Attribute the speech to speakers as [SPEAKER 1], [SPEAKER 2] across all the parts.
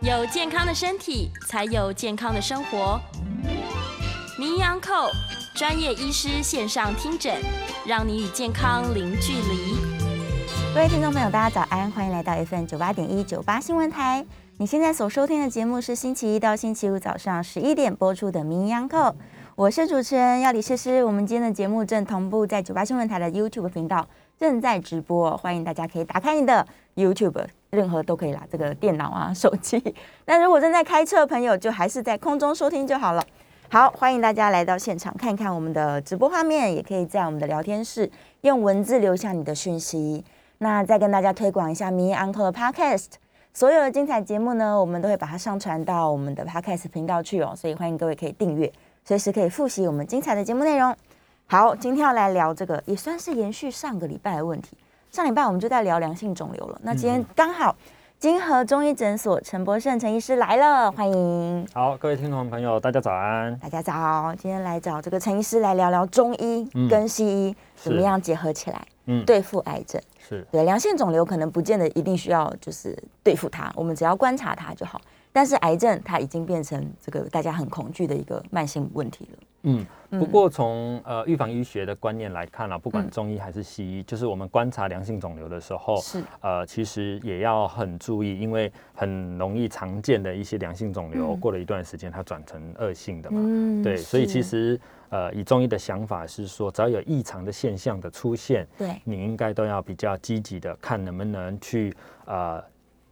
[SPEAKER 1] 有健康的身体，才有健康的生活。名医昂扣专业医师线上听诊，让你与健康零距离。
[SPEAKER 2] 各位听众朋友，大家早安，欢迎来到 FM 九八点一九八新闻台。你现在所收听的节目是星期一到星期五早上十一点播出的《名医央叩》，我是主持人要李诗诗。我们今天的节目正同步在九八新闻台的 YouTube 频道正在直播，欢迎大家可以打开你的 YouTube，任何都可以啦，这个电脑啊、手机。那如果正在开车的朋友，就还是在空中收听就好了。好，欢迎大家来到现场看看我们的直播画面，也可以在我们的聊天室用文字留下你的讯息。那再跟大家推广一下《迷 Uncle》的 Podcast，所有的精彩节目呢，我们都会把它上传到我们的 Podcast 频道去哦，所以欢迎各位可以订阅，随时可以复习我们精彩的节目内容。好，今天要来聊这个，也算是延续上个礼拜的问题。上礼拜我们就在聊良性肿瘤了，那今天刚好金河中医诊所陈博胜陈医师来了，欢迎。
[SPEAKER 3] 好，各位听众朋友，大家早安。
[SPEAKER 2] 大家早，今天来找这个陈医师来聊聊中医
[SPEAKER 3] 嗯
[SPEAKER 2] 跟西医
[SPEAKER 3] 是
[SPEAKER 2] 怎么样结合起来
[SPEAKER 3] 嗯，，
[SPEAKER 2] 对付癌症。
[SPEAKER 3] 是，
[SPEAKER 2] 对，良性肿瘤可能不见得一定需要就是对付它，我们只要观察它就好。但是癌症它已经变成这个大家很恐惧的一个慢性问题了。
[SPEAKER 3] 嗯。不过从呃预防医学的观念来看啊，不管
[SPEAKER 2] 嗯
[SPEAKER 3] 中医还是西医，就是我们观察良性肿瘤的时候，
[SPEAKER 2] 是
[SPEAKER 3] 呃，其实也要很注意，因为很容易常见的一些良性肿瘤，
[SPEAKER 2] 嗯
[SPEAKER 3] 过了一段时间它转成恶性的嘛。
[SPEAKER 2] 嗯
[SPEAKER 3] 对，所以
[SPEAKER 2] 是
[SPEAKER 3] 其实呃，以中医的想法是说，只要有异常的现象的出现，
[SPEAKER 2] 对，
[SPEAKER 3] 你应该都要比较积极的看能不能去呃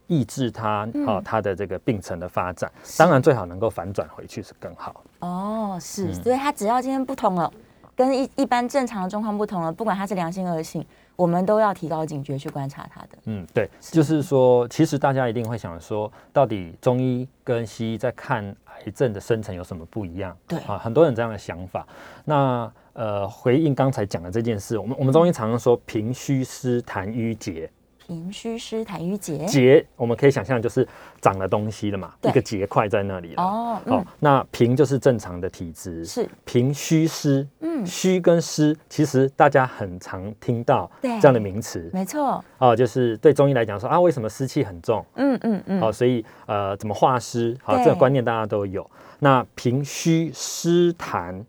[SPEAKER 3] 抑制它
[SPEAKER 2] 嗯
[SPEAKER 3] 哦它的这个病程的发展，当然最好能够反转回去是更好。
[SPEAKER 2] 哦，是，
[SPEAKER 3] 嗯
[SPEAKER 2] 所以它只要今天不同了，跟一一般正常的状况不同了，不管它是良性恶性，我们都要提高警觉去观察它的。
[SPEAKER 3] 嗯，对，就是说，其实大家一定会想说，到底中医跟西医在看癌症的生成有什么不一样？
[SPEAKER 2] 对
[SPEAKER 3] 啊，很多人这样的想法。那呃，回应刚才讲的这件事，我们我们中医常常说平虚湿痰瘀结，
[SPEAKER 2] 平虚湿痰瘀结。
[SPEAKER 3] 结我们可以想象就是长了东西了嘛，
[SPEAKER 2] 对
[SPEAKER 3] 一个结块在那里了。
[SPEAKER 2] 哦，
[SPEAKER 3] 哦
[SPEAKER 2] 嗯，，
[SPEAKER 3] 那平就是正常的体质，
[SPEAKER 2] 是
[SPEAKER 3] 平虚湿，
[SPEAKER 2] 嗯
[SPEAKER 3] 虚跟湿，其实大家很常听到
[SPEAKER 2] 对
[SPEAKER 3] 这样的名词
[SPEAKER 2] 没错，
[SPEAKER 3] 哦，就是对中医来讲说啊，为什么湿气很重？
[SPEAKER 2] 嗯嗯嗯，
[SPEAKER 3] 好、所以呃，怎么化湿？好、
[SPEAKER 2] 对
[SPEAKER 3] 这个观念大家都有。那平虚湿痰，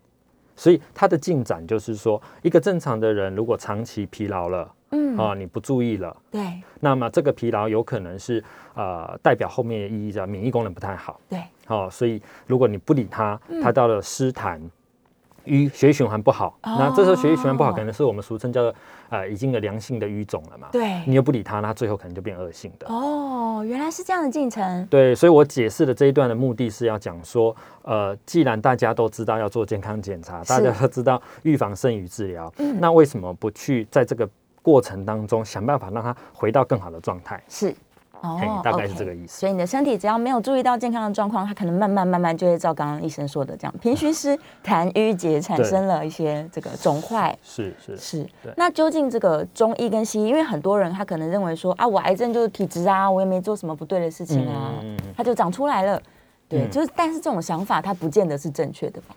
[SPEAKER 3] 所以它的进展就是说，一个正常的人如果长期疲劳了，
[SPEAKER 2] 嗯，
[SPEAKER 3] 啊、你不注意了，
[SPEAKER 2] 对
[SPEAKER 3] 那么这个疲劳有可能是呃，代表后面的意义叫免疫功能不太好。
[SPEAKER 2] 对，
[SPEAKER 3] 好、所以如果你不理它，
[SPEAKER 2] 嗯
[SPEAKER 3] 它到了湿痰。瘀血液循环不好，那这时候血液循环不好，
[SPEAKER 2] 哦
[SPEAKER 3] 可能是我们俗称叫做呃已经有良性的瘀肿了嘛。
[SPEAKER 2] 对
[SPEAKER 3] 你又不理它，那它最后可能就变恶性的。
[SPEAKER 2] 哦，原来是这样的进程，
[SPEAKER 3] 对，所以我解释的这一段的目的是要讲说，呃，既然大家都知道要做健康检查，大家都知道预防胜于治疗，
[SPEAKER 2] 嗯
[SPEAKER 3] 那为什么不去在这个过程当中想办法让它回到更好的状态？
[SPEAKER 2] 是
[SPEAKER 3] 嘿
[SPEAKER 2] 哦，
[SPEAKER 3] 大概是
[SPEAKER 2] OK
[SPEAKER 3] 这个意思
[SPEAKER 2] 所以你的身体只要没有注意到健康的状况，它可能慢慢慢慢就会照刚刚医生说的这 样，平虚湿痰瘀结产
[SPEAKER 3] 对
[SPEAKER 2] 生了一些这个肿块。
[SPEAKER 3] 是是
[SPEAKER 2] 是
[SPEAKER 3] 对，
[SPEAKER 2] 那究竟这个中医跟西医，因为很多人他可能认为说啊，我癌症就是体质啊，我也没做什么不对的事情啊，
[SPEAKER 3] 嗯嗯嗯嗯
[SPEAKER 2] 它就长出来了。对，
[SPEAKER 3] 嗯
[SPEAKER 2] 就是但是这种想法它不见得是正确的吧？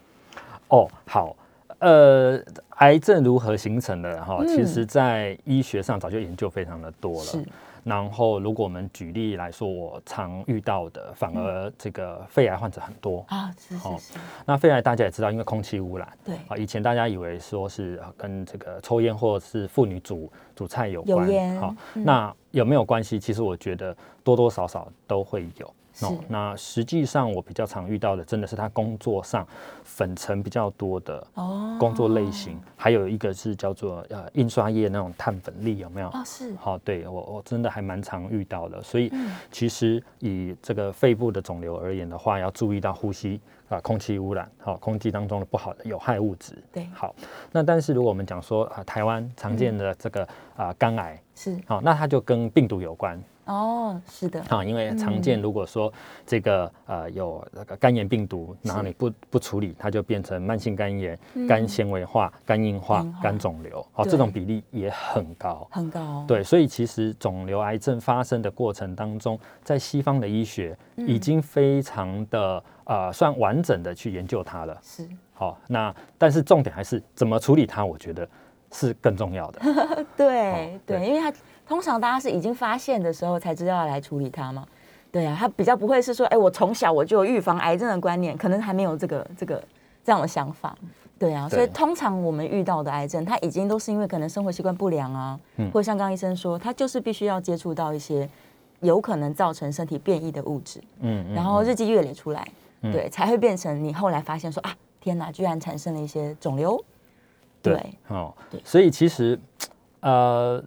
[SPEAKER 3] 哦，好。呃，癌症如何形成的哈？
[SPEAKER 2] 嗯
[SPEAKER 3] 其实，在医学上早就研究非常的多了。
[SPEAKER 2] 是，
[SPEAKER 3] 然后，如果我们举例来说，我常遇到的，反
[SPEAKER 2] 嗯
[SPEAKER 3] 而这个肺癌患者很多。
[SPEAKER 2] 啊，是是
[SPEAKER 3] 哦
[SPEAKER 2] 是，
[SPEAKER 3] 那肺癌大家也知道，因为空气污染，
[SPEAKER 2] 对，
[SPEAKER 3] 啊，以前大家以为说是呃跟这个抽烟或者是妇女煮煮菜有
[SPEAKER 2] 有
[SPEAKER 3] 关，
[SPEAKER 2] 烟嗯
[SPEAKER 3] 那有没有关系？其实我觉得多多少少都会有。哦
[SPEAKER 2] 是
[SPEAKER 3] 那实际上我比较常遇到的，真的是他工作上粉尘比较多的
[SPEAKER 2] 哦，
[SPEAKER 3] 工作类型，还有一个是叫做呃印刷业那种碳粉粒，有没有？
[SPEAKER 2] 哦是，
[SPEAKER 3] 好、对我我真的还蛮常遇到的，所以
[SPEAKER 2] 嗯
[SPEAKER 3] 其实以这个肺部的肿瘤而言的话，要注意到呼吸啊、空气污染，好、空气当中的不好的有害物质。
[SPEAKER 2] 对
[SPEAKER 3] 好，那但是如果我们讲说啊、台湾常见的这个啊、肝癌，
[SPEAKER 2] 是
[SPEAKER 3] 好、那它就跟病毒有关
[SPEAKER 2] 哦，是的，
[SPEAKER 3] 啊、因为
[SPEAKER 2] 嗯
[SPEAKER 3] 常见如果说这个呃有那个肝炎病毒，然后你不不处理，它就变成慢性肝炎、肝纤维化、肝硬化
[SPEAKER 2] 嗯硬化、
[SPEAKER 3] 肝肿瘤，好、
[SPEAKER 2] 对
[SPEAKER 3] 这种比例也很高。
[SPEAKER 2] 很高。，哦
[SPEAKER 3] 对，所以其实肿瘤癌症发生的过程当中，在西方的医学
[SPEAKER 2] 嗯
[SPEAKER 3] 已经非常的、呃算完整的去研究它了。
[SPEAKER 2] 是
[SPEAKER 3] 好、那但是重点还是怎么处理它，我觉得是更重要的。
[SPEAKER 2] 对
[SPEAKER 3] 哦对
[SPEAKER 2] 对，因为它通常大家是已经发现的时候才知道要来处理它嘛。对啊，他比较不会是说，哎，我从小我就有预防癌症的观念，可能还没有这个这个这样的想法。对啊，所以
[SPEAKER 3] 对
[SPEAKER 2] 通常我们遇到的癌症，它已经都是因为可能生活习惯不良啊，
[SPEAKER 3] 嗯
[SPEAKER 2] 或者像刚刚医生说，他就是必须要接触到一些有可能造成身体变异的物质，
[SPEAKER 3] 嗯嗯，
[SPEAKER 2] 然后日积月累出来，对，才会变成你后来发现说啊，天哪，居然产生了一些肿瘤。对，
[SPEAKER 3] 哦
[SPEAKER 2] 对，
[SPEAKER 3] 所以其实呃，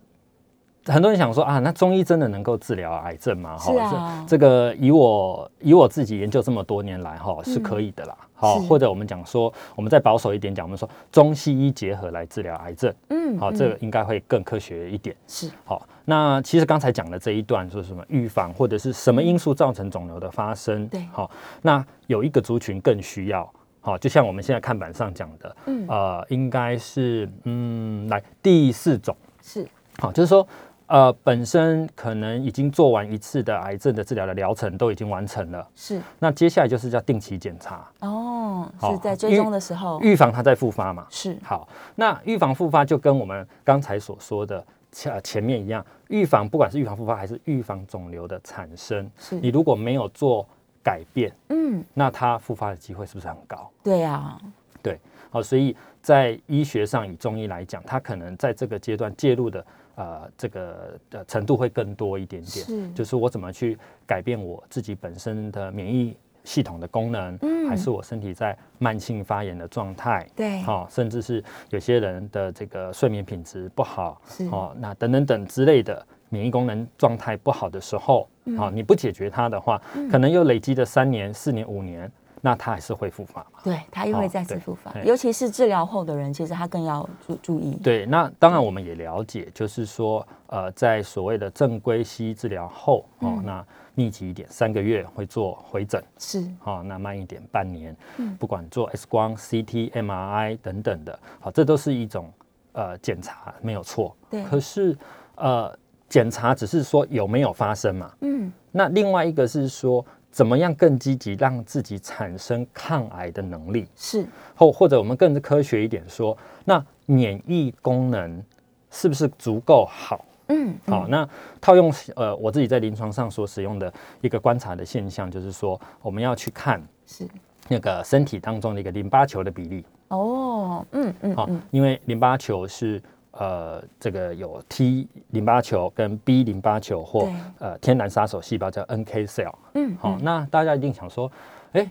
[SPEAKER 3] 很多人想说啊，那中医真的能够治疗癌症吗？哦
[SPEAKER 2] 是啊
[SPEAKER 3] 这这个以我以我自己研究这么多年来哈、是可以的啦。好、
[SPEAKER 2] 嗯是
[SPEAKER 3] 或者我们讲说，我们再保守一点讲，我们说中西医结合来治疗癌症，
[SPEAKER 2] 嗯，
[SPEAKER 3] 好、
[SPEAKER 2] 嗯
[SPEAKER 3] 这个应该会更科学一点。
[SPEAKER 2] 是
[SPEAKER 3] 好、那其实刚才讲的这一段说什么预防或者是什么因素造成肿瘤的发生？
[SPEAKER 2] 嗯对
[SPEAKER 3] 好、那有一个族群更需要。好、就像我们现在看板上讲的，
[SPEAKER 2] 嗯
[SPEAKER 3] 呃，应该是嗯，来第四种，
[SPEAKER 2] 是，
[SPEAKER 3] 好、就是说。呃，本身可能已经做完一次的癌症的治疗的疗程都已经完成了，
[SPEAKER 2] 是
[SPEAKER 3] 那接下来就是要定期检查，
[SPEAKER 2] 哦，
[SPEAKER 3] 好
[SPEAKER 2] 是在追
[SPEAKER 3] 预
[SPEAKER 2] 踪的时候
[SPEAKER 3] 预防它再复发嘛。
[SPEAKER 2] 是
[SPEAKER 3] 好，那预防复发就跟我们刚才所说的前呃前面一样，预防不管是预防复发还是预防肿瘤的产生，
[SPEAKER 2] 是
[SPEAKER 3] 你如果没有做改变，
[SPEAKER 2] 嗯，
[SPEAKER 3] 那它复发的机会是不是很高？
[SPEAKER 2] 对啊，
[SPEAKER 3] 对，好，所以在医学上以中医来讲，它可能在这个阶段介入的呃这个呃程度会更多一点点，
[SPEAKER 2] 是
[SPEAKER 3] 就是我怎么去改变我自己本身的免疫系统的功能，
[SPEAKER 2] 嗯
[SPEAKER 3] 还是我身体在慢性发炎的状态，
[SPEAKER 2] 对
[SPEAKER 3] 好、甚至是有些人的这个睡眠品质不好
[SPEAKER 2] 是，
[SPEAKER 3] 哦，那等等等之类的。免疫功能状态不好的时候，啊、你不解决它的话，可能又累积了三年、四年、五年，那它还是会复发嘛。
[SPEAKER 2] 对，它又会
[SPEAKER 3] 哦
[SPEAKER 2] 再次
[SPEAKER 3] 对
[SPEAKER 2] 复发，
[SPEAKER 3] 嘿
[SPEAKER 2] 尤其是治疗后的人，其实他更要注注意。
[SPEAKER 3] 对，那当然我们也了解，就是说，呃，在所谓的正规西医治疗后，哦，那密集一点，三个月会做回诊，
[SPEAKER 2] 是
[SPEAKER 3] 哦，那慢一点，半年，不管做 X 光、CT、MRI 等等的，好、这都是一种呃检查，没有错。
[SPEAKER 2] 对
[SPEAKER 3] 可是呃，检查只是说有没有发生嘛，
[SPEAKER 2] 嗯，
[SPEAKER 3] 那另外一个是说，怎么样更积极让自己产生抗癌的能力。
[SPEAKER 2] 是
[SPEAKER 3] 或或者我们更科学一点说，那免疫功能是不是足够好？
[SPEAKER 2] 嗯，
[SPEAKER 3] 好、那套用呃我自己在临床上所使用的一个观察的现象，就是说我们要去看
[SPEAKER 2] 是
[SPEAKER 3] 那个身体当中的一个淋巴球的比例。
[SPEAKER 2] 哦，嗯嗯
[SPEAKER 3] 好、啊因为淋巴球是呃这个有 T 淋巴球跟 B 淋巴球或
[SPEAKER 2] 对
[SPEAKER 3] 呃天然杀手细胞叫 NK cell。
[SPEAKER 2] 嗯，
[SPEAKER 3] 好、那大家一定想说，哎、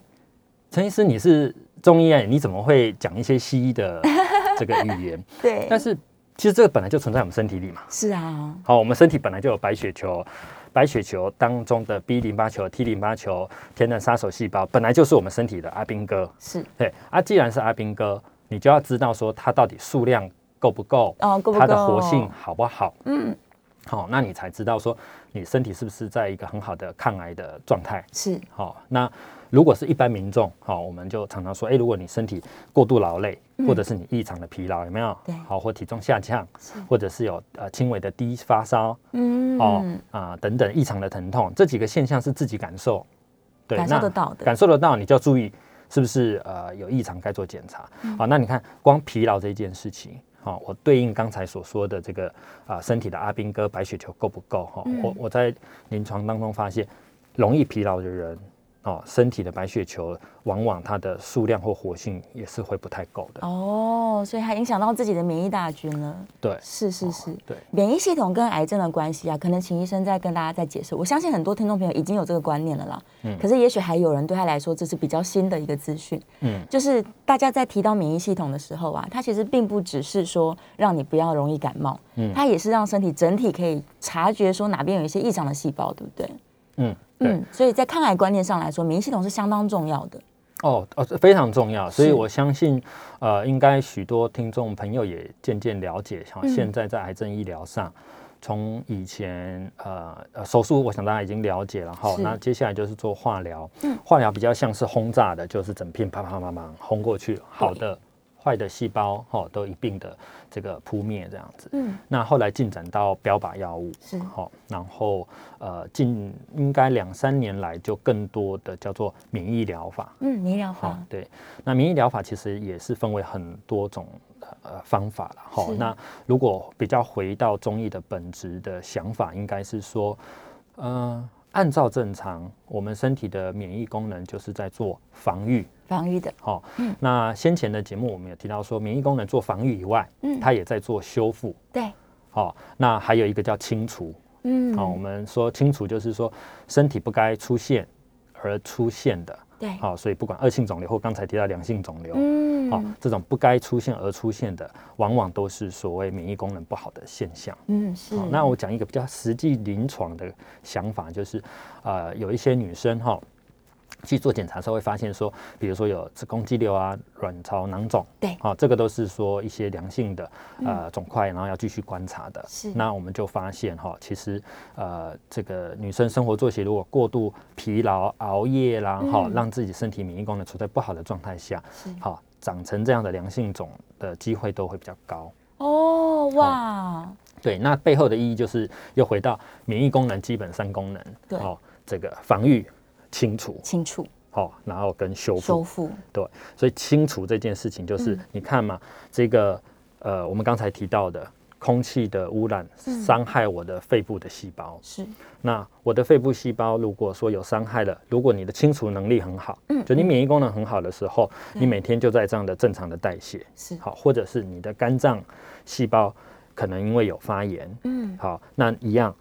[SPEAKER 3] 陈医师你是中医哎，你怎么会讲一些西医的这个语 言？
[SPEAKER 2] 对，
[SPEAKER 3] 但是其实这个本来就存在我们身体里嘛。
[SPEAKER 2] 是啊，
[SPEAKER 3] 好，我们身体本来就有白血球，白血球当中的 B 淋巴球、T 淋巴球、天然杀手细胞，本来就是我们身体的阿兵哥。
[SPEAKER 2] 是
[SPEAKER 3] 对，啊，既然是阿兵哥，你就要知道说它到底数量够不够，
[SPEAKER 2] 哦够不
[SPEAKER 3] 它的
[SPEAKER 2] 够
[SPEAKER 3] 活性好不好，嗯，好、那你才知道说你身体是不是在一个很好的抗癌的状态。
[SPEAKER 2] 是
[SPEAKER 3] 好、那如果是一般民众，好、我们就常常说，哎、如果你身体过度劳累，或者是你异常的疲劳，有没有？
[SPEAKER 2] 嗯对
[SPEAKER 3] 好、或体重下降，或者是有呃轻微的低发烧，
[SPEAKER 2] 嗯
[SPEAKER 3] 哦啊、等等异常的疼痛，这几个现象是自己感受，对
[SPEAKER 2] 感受
[SPEAKER 3] 那
[SPEAKER 2] 得到的
[SPEAKER 3] 感受得到你就要注意是不是呃有异常该做检查。好、
[SPEAKER 2] 嗯
[SPEAKER 3] 那你看光疲劳这件事情。好、我对应刚才所说的这个啊、身体的阿兵哥白血球够不够？哈、
[SPEAKER 2] 嗯
[SPEAKER 3] 我我在临床当中发现，容易疲劳的人，哦，身体的白血球往往它的数量或活性也是会不太够的。
[SPEAKER 2] 哦，所以还影响到自己的免疫大军了。哦
[SPEAKER 3] 对
[SPEAKER 2] 是是是，
[SPEAKER 3] 对，
[SPEAKER 2] 免疫系统跟癌症的关系啊，可能请医生再跟大家再解释。我相信很多听众朋友已经有这个观念了啦，可是也许还有人对他来说这是比较新的一个资讯，
[SPEAKER 3] 嗯
[SPEAKER 2] 就是大家在提到免疫系统的时候啊，它其实并不只是说让你不要容易感冒，它也是让身体整体可以察觉说哪边有一些异常的细胞，对不对？
[SPEAKER 3] 嗯，对。，
[SPEAKER 2] 所以在抗癌观念上来说，免疫系统是相当重要的。
[SPEAKER 3] 哦哦，这非常重要，所以
[SPEAKER 2] 是
[SPEAKER 3] 我相信，呃，应该许多听众朋友也渐渐了解，像
[SPEAKER 2] 嗯
[SPEAKER 3] 现在在癌症医疗上，从以前呃呃手术，我想大家已经了解了哈，
[SPEAKER 2] 是嗯
[SPEAKER 3] 那接下来就是做化疗，化疗比较像是轰炸的，就是整片啪啪啪啪轰过去，好的。坏的细胞哈、都一并的这个扑灭这样子，
[SPEAKER 2] 嗯，
[SPEAKER 3] 那后来进展到标靶药物，
[SPEAKER 2] 是
[SPEAKER 3] 好、然后呃近应该两三年来就更多的叫做免疫疗法，
[SPEAKER 2] 嗯，免疫疗法、
[SPEAKER 3] 好、对，那免疫疗法其实也是分为很多种呃方法了哈、
[SPEAKER 2] 是
[SPEAKER 3] 那如果比较回到中医的本质的想法，应该是说，呃，按照正常，我们身体的免疫功能就是在做防御。
[SPEAKER 2] 防御的，
[SPEAKER 3] 好、
[SPEAKER 2] 嗯
[SPEAKER 3] 那先前的节目我们有提到说，免疫功能做防御以外，
[SPEAKER 2] 嗯
[SPEAKER 3] 它也在做修复。
[SPEAKER 2] 对，
[SPEAKER 3] 好、那还有一个叫清除。
[SPEAKER 2] 嗯
[SPEAKER 3] 好、我们说清除就是说身体不该出现而出现的。
[SPEAKER 2] 对，
[SPEAKER 3] 好、所以不管恶性肿瘤或刚才提到良性肿瘤，
[SPEAKER 2] 嗯，
[SPEAKER 3] 好、这种不该出现而出现的，往往都是所谓免疫功能不好的现象。
[SPEAKER 2] 嗯，是
[SPEAKER 3] 好，，那我讲一个比较实际临床的想法，就是呃，有一些女生哈、去做检查的时候会发现说，比如说有子宫肌瘤啊、卵巢囊肿，
[SPEAKER 2] 对嗯
[SPEAKER 3] 好、这个都是说一些良性的呃肿块，然后要继续观察的。
[SPEAKER 2] 是
[SPEAKER 3] 那我们就发现哈、其实呃，这个女生生活作息如果过度疲劳、熬夜啦，哈、
[SPEAKER 2] 嗯
[SPEAKER 3] 让自己身体免疫功能处在不好的状态下，
[SPEAKER 2] 是
[SPEAKER 3] 好、长成这样的良性肿的机会都会比较高。
[SPEAKER 2] 哦，哇，
[SPEAKER 3] 对，那背后的意义就是又回到免疫功能基本三功能，
[SPEAKER 2] 对
[SPEAKER 3] 哦，这个防御、清除，
[SPEAKER 2] 清楚
[SPEAKER 3] 哦，然后跟修
[SPEAKER 2] 修
[SPEAKER 3] 复，
[SPEAKER 2] 复，嗯
[SPEAKER 3] 对，所以清除这件事情就是、你看嘛，这个呃，我们刚才提到的空气的污染
[SPEAKER 2] 嗯
[SPEAKER 3] 伤害我的肺部的细胞，
[SPEAKER 2] 是
[SPEAKER 3] 那我的肺部细胞如果说有伤害了，如果你的清除能力很好，
[SPEAKER 2] 嗯
[SPEAKER 3] 就你免疫功能很好的时候，
[SPEAKER 2] 对
[SPEAKER 3] 你每天就在这样的正常的代谢，
[SPEAKER 2] 是，
[SPEAKER 3] 好，或者是你的肝脏细胞可能因为有发炎，
[SPEAKER 2] 嗯，
[SPEAKER 3] 好，那一样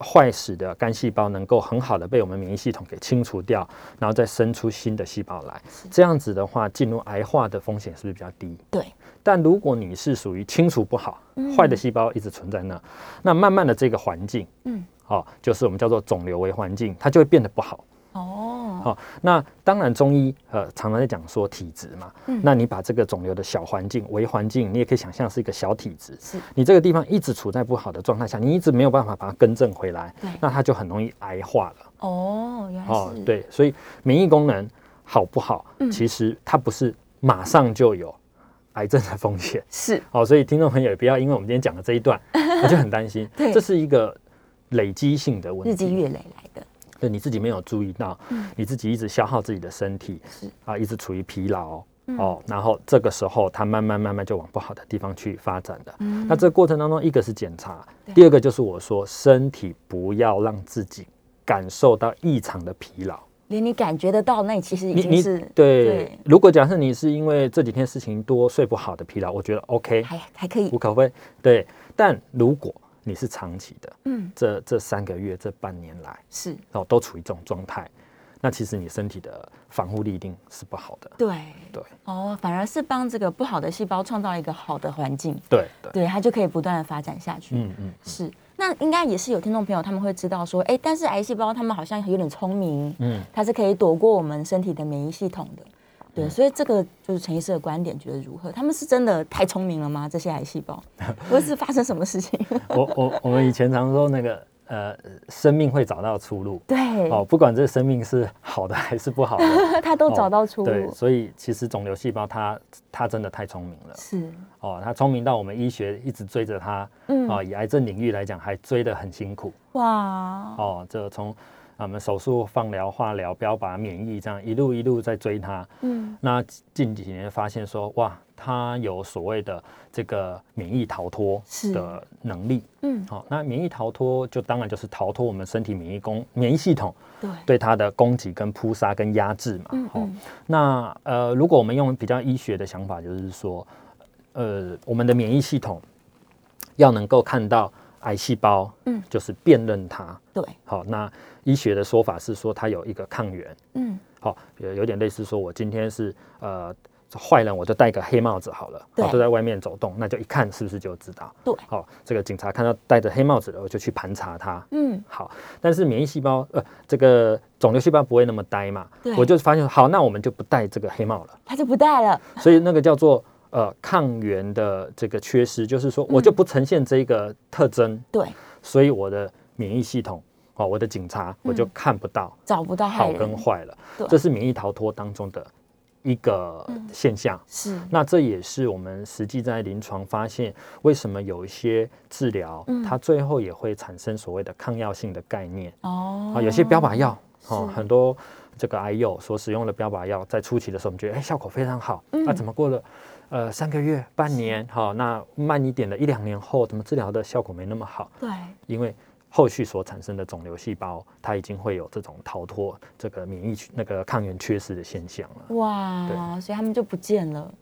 [SPEAKER 3] 坏死的肝细胞能够很好的被我们免疫系统给清除掉，然后再生出新的细胞来，这样子的话，进入癌化的风险是不是比较低？
[SPEAKER 2] 对，
[SPEAKER 3] 但如果你是属于清除不好，坏的细胞一直存在那，那慢慢的这个环境，
[SPEAKER 2] 嗯，
[SPEAKER 3] 好、就是我们叫做肿瘤为环境，它就会变得不好。
[SPEAKER 2] 哦，
[SPEAKER 3] 好、那当然中医呃常常在讲说体质嘛，
[SPEAKER 2] 嗯
[SPEAKER 3] 那你把这个肿瘤的小环境为环境，你也可以想象是一个小体质，
[SPEAKER 2] 是
[SPEAKER 3] 你这个地方一直处在不好的状态下，你一直没有办法把它更正回来
[SPEAKER 2] 对，
[SPEAKER 3] 那它就很容易癌化了。
[SPEAKER 2] 哦，原
[SPEAKER 3] 哦
[SPEAKER 2] 来是，，嗯
[SPEAKER 3] 对，所以免疫功能好不好，其实它不是马上就有癌症的风险。
[SPEAKER 2] 是
[SPEAKER 3] 哦，所以听众朋友也不要因为我们今天讲的这 一段，我就很担心，
[SPEAKER 2] 对
[SPEAKER 3] 这是一个累积性的问
[SPEAKER 2] 日积
[SPEAKER 3] 题，
[SPEAKER 2] 月累来的，
[SPEAKER 3] 对你自己没有注意到，你自己一直消耗自己的身体
[SPEAKER 2] 嗯是，嗯
[SPEAKER 3] 啊，一直处于疲劳。哦，然后这个时候它慢慢慢慢就往不好的地方去发展的。那这个过程当中，一个是检查，
[SPEAKER 2] 嗯对
[SPEAKER 3] 第二个就是我说身体不要让自己感受到异常的疲劳。
[SPEAKER 2] 连你感觉得到，那你其实已
[SPEAKER 3] 你
[SPEAKER 2] 经
[SPEAKER 3] 你
[SPEAKER 2] 是
[SPEAKER 3] 对，如果假设你是因为这几天事情多睡不好的疲劳，我觉得 OK，
[SPEAKER 2] 还还可以
[SPEAKER 3] 无，可非。对，但如果你是长期的，
[SPEAKER 2] 嗯，
[SPEAKER 3] 这这三个月、这半年来，
[SPEAKER 2] 是
[SPEAKER 3] 哦，都处于这种状态，那其实你身体的防护力一定是不好的。
[SPEAKER 2] 对，
[SPEAKER 3] 对，
[SPEAKER 2] 哦，反而是帮这个不好的细胞创造一个好的环境，
[SPEAKER 3] 对，对，
[SPEAKER 2] 对，它就可以不断的发展下去，
[SPEAKER 3] 嗯嗯，
[SPEAKER 2] 是。那应该也是有听众朋友他们会知道说，哎，但是癌细胞他们好像有点聪明，
[SPEAKER 3] 嗯，
[SPEAKER 2] 它是可以躲过我们身体的免疫系统的，
[SPEAKER 3] 嗯
[SPEAKER 2] 对，所以这个就是陈医师的观点，觉得如何？他们是真的太聪明了吗？这些癌细 胞，或是发生什么事情？
[SPEAKER 3] 我我我们以前常说那个呃，生命会找到出路。
[SPEAKER 2] 对，
[SPEAKER 3] 哦，不管这生命是好的还是不 好的，哦
[SPEAKER 2] 他都找到出
[SPEAKER 3] 对，
[SPEAKER 2] 路，
[SPEAKER 3] 所以其实肿瘤细胞它它真的太聪明了。
[SPEAKER 2] 是，
[SPEAKER 3] 哦，他聪明到我们医学一直追着他，
[SPEAKER 2] 嗯
[SPEAKER 3] 哦，以癌症领域来讲，还追得很辛苦。
[SPEAKER 2] 哇，
[SPEAKER 3] 哦，这从啊我们手术、放疗、化疗、标靶、免疫这样一路一路在追他。
[SPEAKER 2] 嗯，
[SPEAKER 3] 那近几年发现说，哇，他有所谓的这个免疫逃脱
[SPEAKER 2] 是
[SPEAKER 3] 的能力。
[SPEAKER 2] 嗯，
[SPEAKER 3] 好、那免疫逃脱就当然就是逃脱我们身体免疫攻免疫系统
[SPEAKER 2] 对，
[SPEAKER 3] 对它的攻击、跟扑杀、跟压制嘛。
[SPEAKER 2] 嗯
[SPEAKER 3] 好、
[SPEAKER 2] 嗯，
[SPEAKER 3] 那呃，如果我们用比较医学的想法，就是说，呃，我们的免疫系统要能够看到癌细胞，
[SPEAKER 2] 嗯，
[SPEAKER 3] 就是辨认它。
[SPEAKER 2] 对，
[SPEAKER 3] 好，那医学的说法是说它有一个抗原，
[SPEAKER 2] 嗯，
[SPEAKER 3] 好，有有点类似说我今天是呃坏人，我就戴个黑帽子好了，
[SPEAKER 2] 对
[SPEAKER 3] 好，就在外面走动，那就一看是不是就知道。
[SPEAKER 2] 对，
[SPEAKER 3] 好，这个警察看到戴着黑帽子的，我就去盘查他，
[SPEAKER 2] 嗯，
[SPEAKER 3] 好，但是免疫细胞呃，这个肿瘤细胞不会那么呆嘛
[SPEAKER 2] 对，
[SPEAKER 3] 我就发现好，那我们就不戴这个黑帽了，
[SPEAKER 2] 他就不带了，
[SPEAKER 3] 所以那个叫做呃抗原的这个缺失，就是说
[SPEAKER 2] 嗯
[SPEAKER 3] 我就不呈现这个特征，
[SPEAKER 2] 对，
[SPEAKER 3] 所以我的免疫系统哦，我的警察我
[SPEAKER 2] 嗯
[SPEAKER 3] 就看不到
[SPEAKER 2] 找不到害
[SPEAKER 3] 好跟
[SPEAKER 2] 人，
[SPEAKER 3] 坏了，
[SPEAKER 2] 对嗯
[SPEAKER 3] 这是免疫逃脱当中的一个现象。
[SPEAKER 2] 是，
[SPEAKER 3] 那这也是我们实际在临床发现，为什么有一些治疗，
[SPEAKER 2] 嗯
[SPEAKER 3] 它最后也会产生所谓的抗药性的概念。
[SPEAKER 2] 哦
[SPEAKER 3] 啊，有些标靶药哦，
[SPEAKER 2] 是
[SPEAKER 3] 很多这个癌友所使用的标靶药，在初期的时候，我们觉得哎效果非常好，那、
[SPEAKER 2] 嗯
[SPEAKER 3] 怎么过了呃三个月、半年，好、那慢一点的一两年后，怎么治疗的效果没那么好？
[SPEAKER 2] 对，
[SPEAKER 3] 因为后续所产生的肿瘤细胞，它已经会有这种逃脱这个免疫那个抗原缺失的现象了，
[SPEAKER 2] 哇，
[SPEAKER 3] 对
[SPEAKER 2] 所以他们就不见了。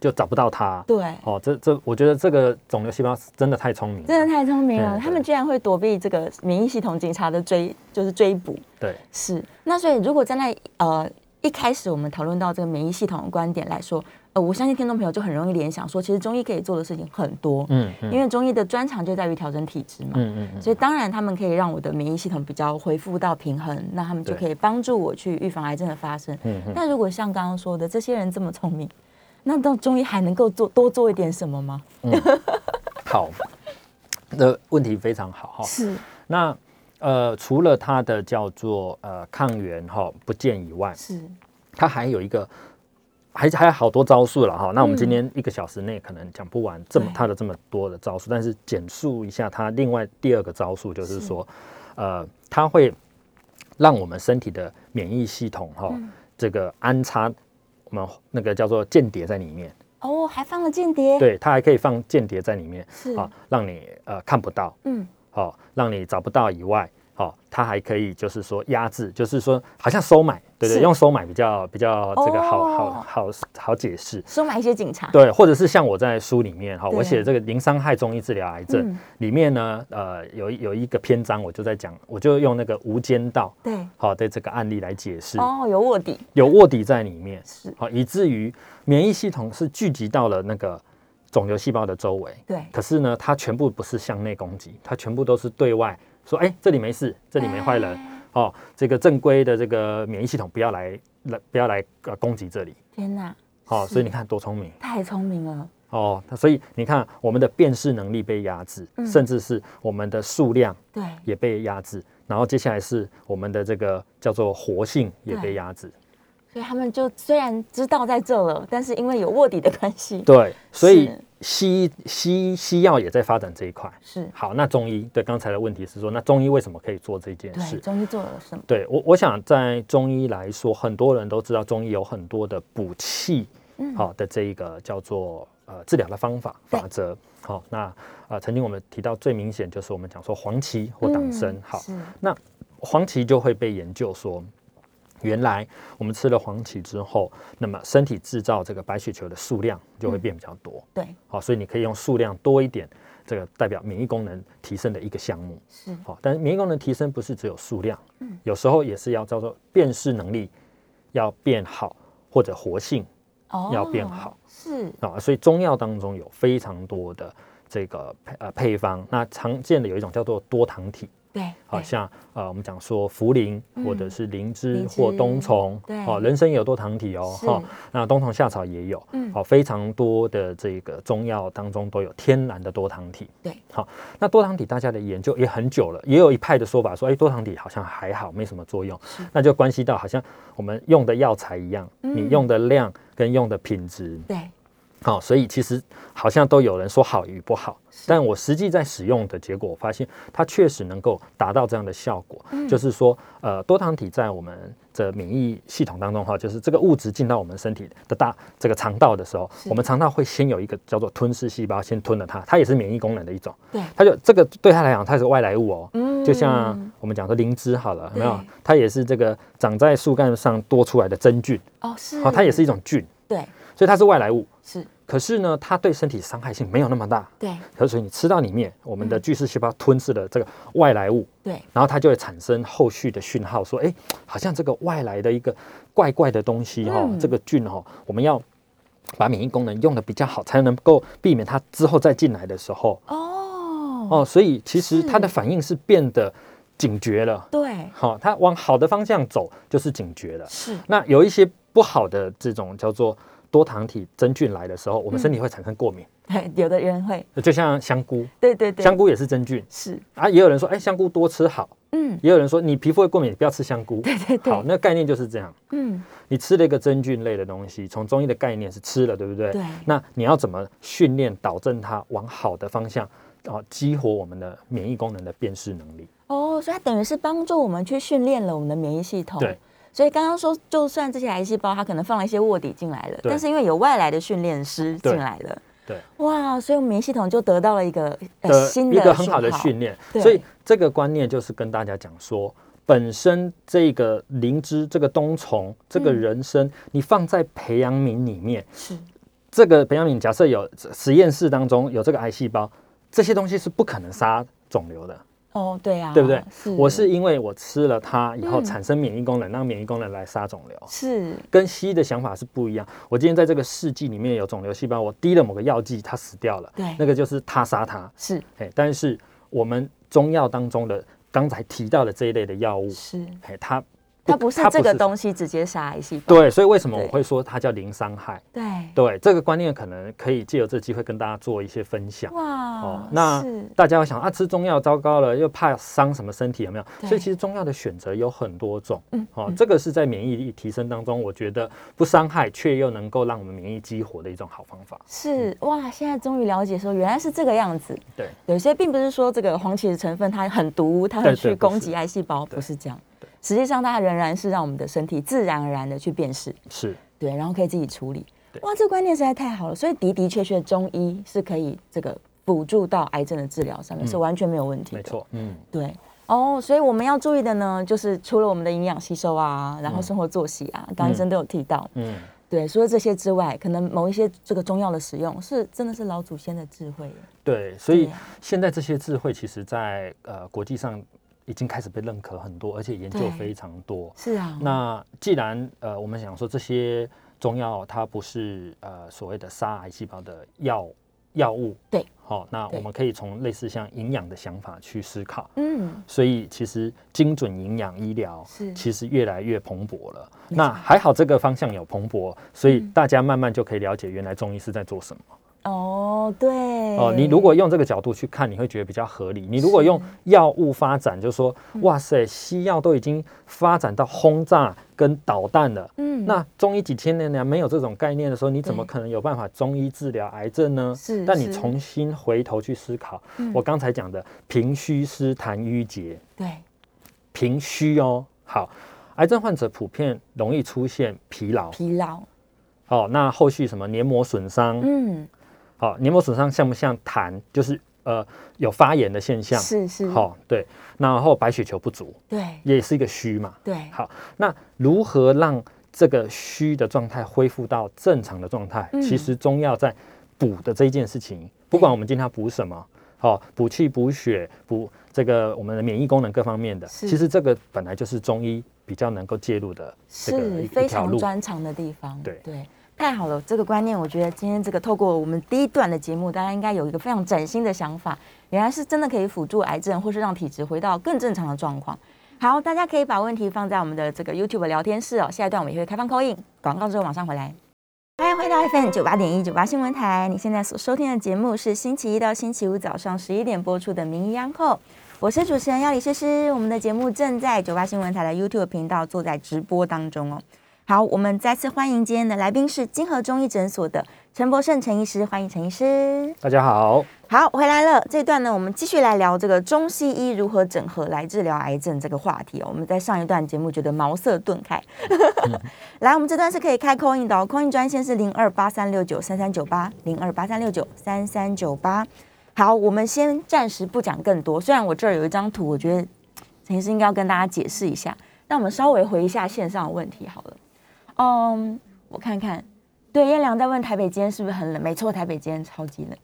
[SPEAKER 3] 就找不到它。
[SPEAKER 2] 对，
[SPEAKER 3] 哦，这这，我觉得这个肿瘤细胞是真的太聪明了，
[SPEAKER 2] 真的太聪明
[SPEAKER 3] 对
[SPEAKER 2] 了，
[SPEAKER 3] 对
[SPEAKER 2] 他们居然会躲避这个免疫系统警察的追，就是追捕。
[SPEAKER 3] 对。
[SPEAKER 2] 是，那所以如果站在呃一开始我们讨论到这个免疫系统的观点来说，呃，我相信听众朋友就很容易联想说，其实中医可以做的事情很多，
[SPEAKER 3] 嗯嗯
[SPEAKER 2] 因为中医的专长就在于调整体质嘛。
[SPEAKER 3] 嗯嗯嗯，
[SPEAKER 2] 所以当然，他们可以让我的免疫系统比较恢复到平衡，那他们就
[SPEAKER 3] 对
[SPEAKER 2] 可以帮助我去预防癌症的发生。
[SPEAKER 3] 嗯嗯
[SPEAKER 2] 那如果像刚刚说的，这些人这么聪明，那到中医还能够做多做一点什么吗？
[SPEAKER 3] 好，的问题非常好哈。
[SPEAKER 2] 是
[SPEAKER 3] 那呃，除了它的叫做呃抗原哈不见以外，
[SPEAKER 2] 是，
[SPEAKER 3] 它还有一个。还还有好多招数了哈，那我们今天一个小时内可能讲不完这么
[SPEAKER 2] 嗯对
[SPEAKER 3] 它的这么多的招数，但是简述一下它另外第二个招数，就是
[SPEAKER 2] 是
[SPEAKER 3] 说，呃，它会让我们身体的免疫系统哈，
[SPEAKER 2] 嗯
[SPEAKER 3] 这个安插我们那个叫做间谍在里面，
[SPEAKER 2] 哦，还放了间谍，，
[SPEAKER 3] 对，它还可以放间谍在里面，
[SPEAKER 2] 是，
[SPEAKER 3] 啊，让你呃看不到，
[SPEAKER 2] 嗯，
[SPEAKER 3] 好、让你找不到以外，好、它还可以就是说压制，就是说好像收买，对不
[SPEAKER 2] 是
[SPEAKER 3] 对？用收买比较比较这个好、
[SPEAKER 2] 哦
[SPEAKER 3] 好好好解释。
[SPEAKER 2] 收买一些警察，
[SPEAKER 3] 对，或者是像我在书里面哈，
[SPEAKER 2] 对
[SPEAKER 3] 我写这个零伤害中医治疗癌症、
[SPEAKER 2] 嗯
[SPEAKER 3] 里面呢，呃，有一有一个篇章我就在讲，我就用那个无间道
[SPEAKER 2] 对，
[SPEAKER 3] 好的这个案例来解释，
[SPEAKER 2] 哦，有卧底，
[SPEAKER 3] 有卧底在里面，
[SPEAKER 2] 是
[SPEAKER 3] 好，以至于免疫系统是聚集到了那个肿瘤细胞的周围，
[SPEAKER 2] 对，
[SPEAKER 3] 可是呢，它全部不是向内攻击，它全部都是对外说，哎、这里没事，这里没坏人，
[SPEAKER 2] 哎
[SPEAKER 3] 哦，这个正规的这个免疫系统不要来来不要来呃攻击这里，
[SPEAKER 2] 天哪，
[SPEAKER 3] 哦，
[SPEAKER 2] 是
[SPEAKER 3] 所以你看多聪明
[SPEAKER 2] 太聪明了，
[SPEAKER 3] 哦，那所以你看我们的辨识能力被压制，
[SPEAKER 2] 嗯
[SPEAKER 3] 甚至是我们的数量
[SPEAKER 2] 对，
[SPEAKER 3] 也被压制，然后接下来是我们的这个叫做活性也
[SPEAKER 2] 对
[SPEAKER 3] 被压制，
[SPEAKER 2] 所以他们就虽然知道在这了，但是因为有卧底的关系，，
[SPEAKER 3] 对，所以
[SPEAKER 2] 是
[SPEAKER 3] 西医西医西药也在发展这一块。
[SPEAKER 2] 是，
[SPEAKER 3] 好，那中医对刚才的问题是说，那中医为什么可以做这件事
[SPEAKER 2] 对，？中医做了什么？
[SPEAKER 3] 对我，我想在中医来说，很多人都知道中医有很多的补气，
[SPEAKER 2] 嗯
[SPEAKER 3] 好、的这一个叫做呃治疗的方法
[SPEAKER 2] 对
[SPEAKER 3] 法则。好、那呃曾经我们提到最明显就是我们讲说黄芪或党参，
[SPEAKER 2] 嗯
[SPEAKER 3] 好，
[SPEAKER 2] 是，
[SPEAKER 3] 黄芪就会被研究说。原来我们吃了黄芪之后，那么身体制造这个白血球的数量就
[SPEAKER 2] 嗯
[SPEAKER 3] 会变比较多，
[SPEAKER 2] 对，
[SPEAKER 3] 好、所以你可以用数量多一点，这个代表免疫功能提升的一个项目。
[SPEAKER 2] 是，
[SPEAKER 3] 好、哦但是免疫功能提升不是只有数量，
[SPEAKER 2] 嗯
[SPEAKER 3] 有时候也是要叫做辨识能力要变好，或者活性
[SPEAKER 2] 哦
[SPEAKER 3] 要变好，
[SPEAKER 2] 是，
[SPEAKER 3] 啊、所以中药当中有非常多的这个配呃配方，那常见的有一种叫做多糖体，
[SPEAKER 2] 对，
[SPEAKER 3] 好、
[SPEAKER 2] 对
[SPEAKER 3] 像呃我们讲说茯苓
[SPEAKER 2] 嗯
[SPEAKER 3] 或者是灵芝
[SPEAKER 2] 灵芝
[SPEAKER 3] 或冬虫，
[SPEAKER 2] 对
[SPEAKER 3] 哦，人参也有多糖体哦，
[SPEAKER 2] 是
[SPEAKER 3] 哈、那冬虫夏草也有，
[SPEAKER 2] 嗯
[SPEAKER 3] 好、非常多的这个中药当中都有天然的多糖体，
[SPEAKER 2] 对，
[SPEAKER 3] 好、那多糖体大家的研究也很久了，也有一派的说法说，哎，多糖体好像还好，没什么作用
[SPEAKER 2] 是，
[SPEAKER 3] 那就关系到好像我们用的药材一样，
[SPEAKER 2] 嗯
[SPEAKER 3] 你用的量跟用的品质，
[SPEAKER 2] 对，
[SPEAKER 3] 好、哦所以其实好像都有人说好与不好，但我实际在使用的结果，我发现它确实能够达到这样的效果，
[SPEAKER 2] 嗯
[SPEAKER 3] 就是说，呃，多糖体在我们的免疫系统当中哈，就是这个物质进到我们身体的大这个肠道的时候，
[SPEAKER 2] 是
[SPEAKER 3] 我们肠道会先有一个叫做吞噬细胞先吞了它，它也是免疫功能的一种，
[SPEAKER 2] 对
[SPEAKER 3] 它就这个对它来讲它是外来物哦，
[SPEAKER 2] 嗯
[SPEAKER 3] 就像我们讲说灵芝好了，有没有
[SPEAKER 2] 对？
[SPEAKER 3] 它也是这个长在树干上多出来的真菌，
[SPEAKER 2] 哦是，
[SPEAKER 3] 好、它也是一种菌，
[SPEAKER 2] 对，
[SPEAKER 3] 所以它是外来物。
[SPEAKER 2] 是，
[SPEAKER 3] 可是呢，它对身体伤害性没有那么大。
[SPEAKER 2] 对，
[SPEAKER 3] 可是你吃到里面，我们的
[SPEAKER 2] 嗯
[SPEAKER 3] 巨噬细胞吞噬了这个外来物，
[SPEAKER 2] 对，
[SPEAKER 3] 然后它就会产生后续的讯号，说，哎，好像这个外来的一个怪怪的东西哈、
[SPEAKER 2] 嗯
[SPEAKER 3] 这个菌哈、我们要把免疫功能用的比较好，才能够避免它之后再进来的时候
[SPEAKER 2] 哦，
[SPEAKER 3] 哦。所以其实
[SPEAKER 2] 是
[SPEAKER 3] 它的反应是变得警觉了，
[SPEAKER 2] 对，
[SPEAKER 3] 好、它往好的方向走就是警觉了。
[SPEAKER 2] 是，
[SPEAKER 3] 那有一些不好的这种叫做多糖体真菌来的时候，我们身
[SPEAKER 2] 嗯
[SPEAKER 3] 体会产生过敏，
[SPEAKER 2] 对，有的人会，
[SPEAKER 3] 就像香菇，
[SPEAKER 2] 对对对，
[SPEAKER 3] 香菇也是真菌
[SPEAKER 2] 是，
[SPEAKER 3] 啊。也有人说，哎，香菇多吃好；
[SPEAKER 2] 嗯
[SPEAKER 3] 也有人说，你皮肤会过敏，你不要吃香菇。对
[SPEAKER 2] 对对
[SPEAKER 3] 好，那概念就是这样。
[SPEAKER 2] 嗯，
[SPEAKER 3] 你吃了一个真菌类的东西，从中医的概念是吃了，对不对？
[SPEAKER 2] 对
[SPEAKER 3] 那你要怎么训练导正它往好的方向，哦，激活我们的免疫功能的辨识能力？
[SPEAKER 2] 哦，所以它等于是帮助我们去训练了我们的免疫系统。
[SPEAKER 3] 对。
[SPEAKER 2] 所以刚刚说，就算这些癌细胞它可能放了一些卧底进来了，
[SPEAKER 3] 对
[SPEAKER 2] 但是因为有外来的训练师进来了，
[SPEAKER 3] 对，
[SPEAKER 2] 哇，所以我们免疫系统就得到了一个、呃
[SPEAKER 3] 的
[SPEAKER 2] 新的
[SPEAKER 3] 一个很好的
[SPEAKER 2] 讯号
[SPEAKER 3] 训练。
[SPEAKER 2] 对
[SPEAKER 3] 所以这个观念就是跟大家讲说，本身这个灵芝、这个冬虫、这个
[SPEAKER 2] 嗯
[SPEAKER 3] 人参，你放在培养皿里面，
[SPEAKER 2] 是
[SPEAKER 3] 这个培养皿假设有实验室当中有这个癌细胞，这些东西是不可能杀肿瘤的。
[SPEAKER 2] 哦，对啊，
[SPEAKER 3] 对不对
[SPEAKER 2] 是
[SPEAKER 3] 我是因为我吃了它以后
[SPEAKER 2] 嗯
[SPEAKER 3] 产生免疫功能，让免疫功能来杀肿瘤。
[SPEAKER 2] 是
[SPEAKER 3] 跟西医的想法是不一样。我今天在这个试剂里面有肿瘤细胞，我滴了某个药剂，它死掉了，
[SPEAKER 2] 对
[SPEAKER 3] 那个就是它杀它。
[SPEAKER 2] 是
[SPEAKER 3] 哎，但是我们中药当中的刚才提到的这一类的药物，
[SPEAKER 2] 是，
[SPEAKER 3] 哎，它
[SPEAKER 2] 它不是这个东西直接杀癌细胞，
[SPEAKER 3] 对，所以为什么
[SPEAKER 2] 对
[SPEAKER 3] 我会说它叫零伤害？
[SPEAKER 2] 对
[SPEAKER 3] 对，这个观念可能可以借由这机会跟大家做一些分享。
[SPEAKER 2] 哇，
[SPEAKER 3] 哦，那
[SPEAKER 2] 是
[SPEAKER 3] 大家会想啊，吃中药糟糕了，又怕伤什么身体，有没有？
[SPEAKER 2] 对
[SPEAKER 3] 所以其实中药的选择有很多种，
[SPEAKER 2] 嗯
[SPEAKER 3] 哦，这个是在免疫力提升当中，我觉得不伤害却又能够让我们免疫激活的一种好方法。嗯
[SPEAKER 2] 是哇，现在终于了解说原来是这个样子。
[SPEAKER 3] 对，
[SPEAKER 2] 有些并不是说这个黄芪的成分它很毒，它会
[SPEAKER 3] 对对
[SPEAKER 2] 去
[SPEAKER 3] 不
[SPEAKER 2] 攻击
[SPEAKER 3] 是
[SPEAKER 2] 癌细胞，不
[SPEAKER 3] 对
[SPEAKER 2] 是这样。实际上，它仍然是让我们的身体自然而然的去辨识，
[SPEAKER 3] 是
[SPEAKER 2] 对，然后可以自己处理。
[SPEAKER 3] 对
[SPEAKER 2] 哇，这个观念实在太好了，所以的的确确，中医是可以这个辅助到癌症的治疗上面，是完全没有问题的。
[SPEAKER 3] 嗯没错，嗯，
[SPEAKER 2] 对哦，所以我们要注意的呢，就是除了我们的营养吸收啊，然后
[SPEAKER 3] 嗯
[SPEAKER 2] 生活作息啊，刚刚医生都有提到。
[SPEAKER 3] 嗯，
[SPEAKER 2] 对，除了这些之外，可能某一些这个中药的使用是真的是老祖先的智慧耶。
[SPEAKER 3] 对，所以
[SPEAKER 2] 对
[SPEAKER 3] 现在这些智慧，其实在呃国际上已经开始被认可很多，而且研究
[SPEAKER 2] 对
[SPEAKER 3] 非常多。
[SPEAKER 2] 是啊，
[SPEAKER 3] 那既然呃，我们想说这些中药它不是呃所谓的杀癌细胞的药药物，
[SPEAKER 2] 对，
[SPEAKER 3] 好、那
[SPEAKER 2] 对
[SPEAKER 3] 我们可以从类似像营养的想法去思考。
[SPEAKER 2] 嗯，
[SPEAKER 3] 所以其实精准营养医疗
[SPEAKER 2] 是
[SPEAKER 3] 其实越来越蓬勃了。
[SPEAKER 2] 没
[SPEAKER 3] 那
[SPEAKER 2] 错嗯
[SPEAKER 3] 还好这个方向有蓬勃，所以大家慢慢就可以了解原来中医是在做什么。
[SPEAKER 2] 哦，对，
[SPEAKER 3] 哦、你如果用这个角度去看，你会觉得比较合理。你如果用药物发展，就说
[SPEAKER 2] 嗯
[SPEAKER 3] 哇塞，西药都已经发展到轰炸跟导弹了。
[SPEAKER 2] 嗯
[SPEAKER 3] 那中医几千年来没有这种概念的时候，你怎么
[SPEAKER 2] 对
[SPEAKER 3] 可能有办法中医治疗癌症呢？
[SPEAKER 2] 是
[SPEAKER 3] 但你
[SPEAKER 2] 是嗯
[SPEAKER 3] 重新回头去思考，我刚才讲的平虚湿痰瘀结，
[SPEAKER 2] 对
[SPEAKER 3] 平虚哦，好，癌症患者普遍容易出现疲劳，
[SPEAKER 2] 疲劳，
[SPEAKER 3] 哦，那后续什么黏膜损伤，
[SPEAKER 2] 嗯，
[SPEAKER 3] 好、黏膜损伤像不像痰？就是呃有发炎的现象，
[SPEAKER 2] 是是，
[SPEAKER 3] 好、对，然后白血球不足
[SPEAKER 2] 对
[SPEAKER 3] 也是一个虚嘛，
[SPEAKER 2] 对，
[SPEAKER 3] 好，那如何让这个虚的状态恢复到正常的状态？
[SPEAKER 2] 嗯
[SPEAKER 3] 其实中药在补的这一件事情，不管我们今天要补什
[SPEAKER 2] 嗯
[SPEAKER 3] 么，好、补气、补血、补这个我们的免疫功能各方面的，
[SPEAKER 2] 是
[SPEAKER 3] 其实这个本来就是中医比较能够介入的这个
[SPEAKER 2] 是
[SPEAKER 3] 一
[SPEAKER 2] 非
[SPEAKER 3] 一条
[SPEAKER 2] 常
[SPEAKER 3] 路。
[SPEAKER 2] 专长的地方，
[SPEAKER 3] 对
[SPEAKER 2] 对。太好了，这个观念，我觉得今天这个透过我们第一段的节目，大家应该有一个非常崭新的想法，原来是真的可以辅助癌症，或是让体质回到更正常的状况。好，大家可以把问题放在我们的这个 YouTube 聊天室哦。下一段我们也会开放 call in，广告之后马上回来。欢迎回到 FM 九八点一九八新闻台，你现在所收听的节目是星期一到星期五早上十一点播出的《名医央后》，我是主持人要李诗诗。我们的节目正在九八新闻台的 YouTube 频道做在直播当中哦。好，我们再次欢迎今天的来宾是金河中医诊所的陈博胜陈医师，欢迎陈医师。
[SPEAKER 3] 大家好，
[SPEAKER 2] 好，回来了。这段呢，我们继续来聊这个中西医如何整合来治疗癌症这个话题哦。我们在上一段节目觉得茅塞顿开， 来，我们这段是可以开 call in 的哦，call in 专线是零二八三六九三三九八零二八三六九三三九八。好，我们先暂时不讲更多，虽然我这儿有一张图，我觉得陈医师应该要跟大家解释一下。那我们稍微回一下线上的问题好了。嗯，我看看，对，燕良在问台北今天是不是很冷？没错，台北今天超级冷。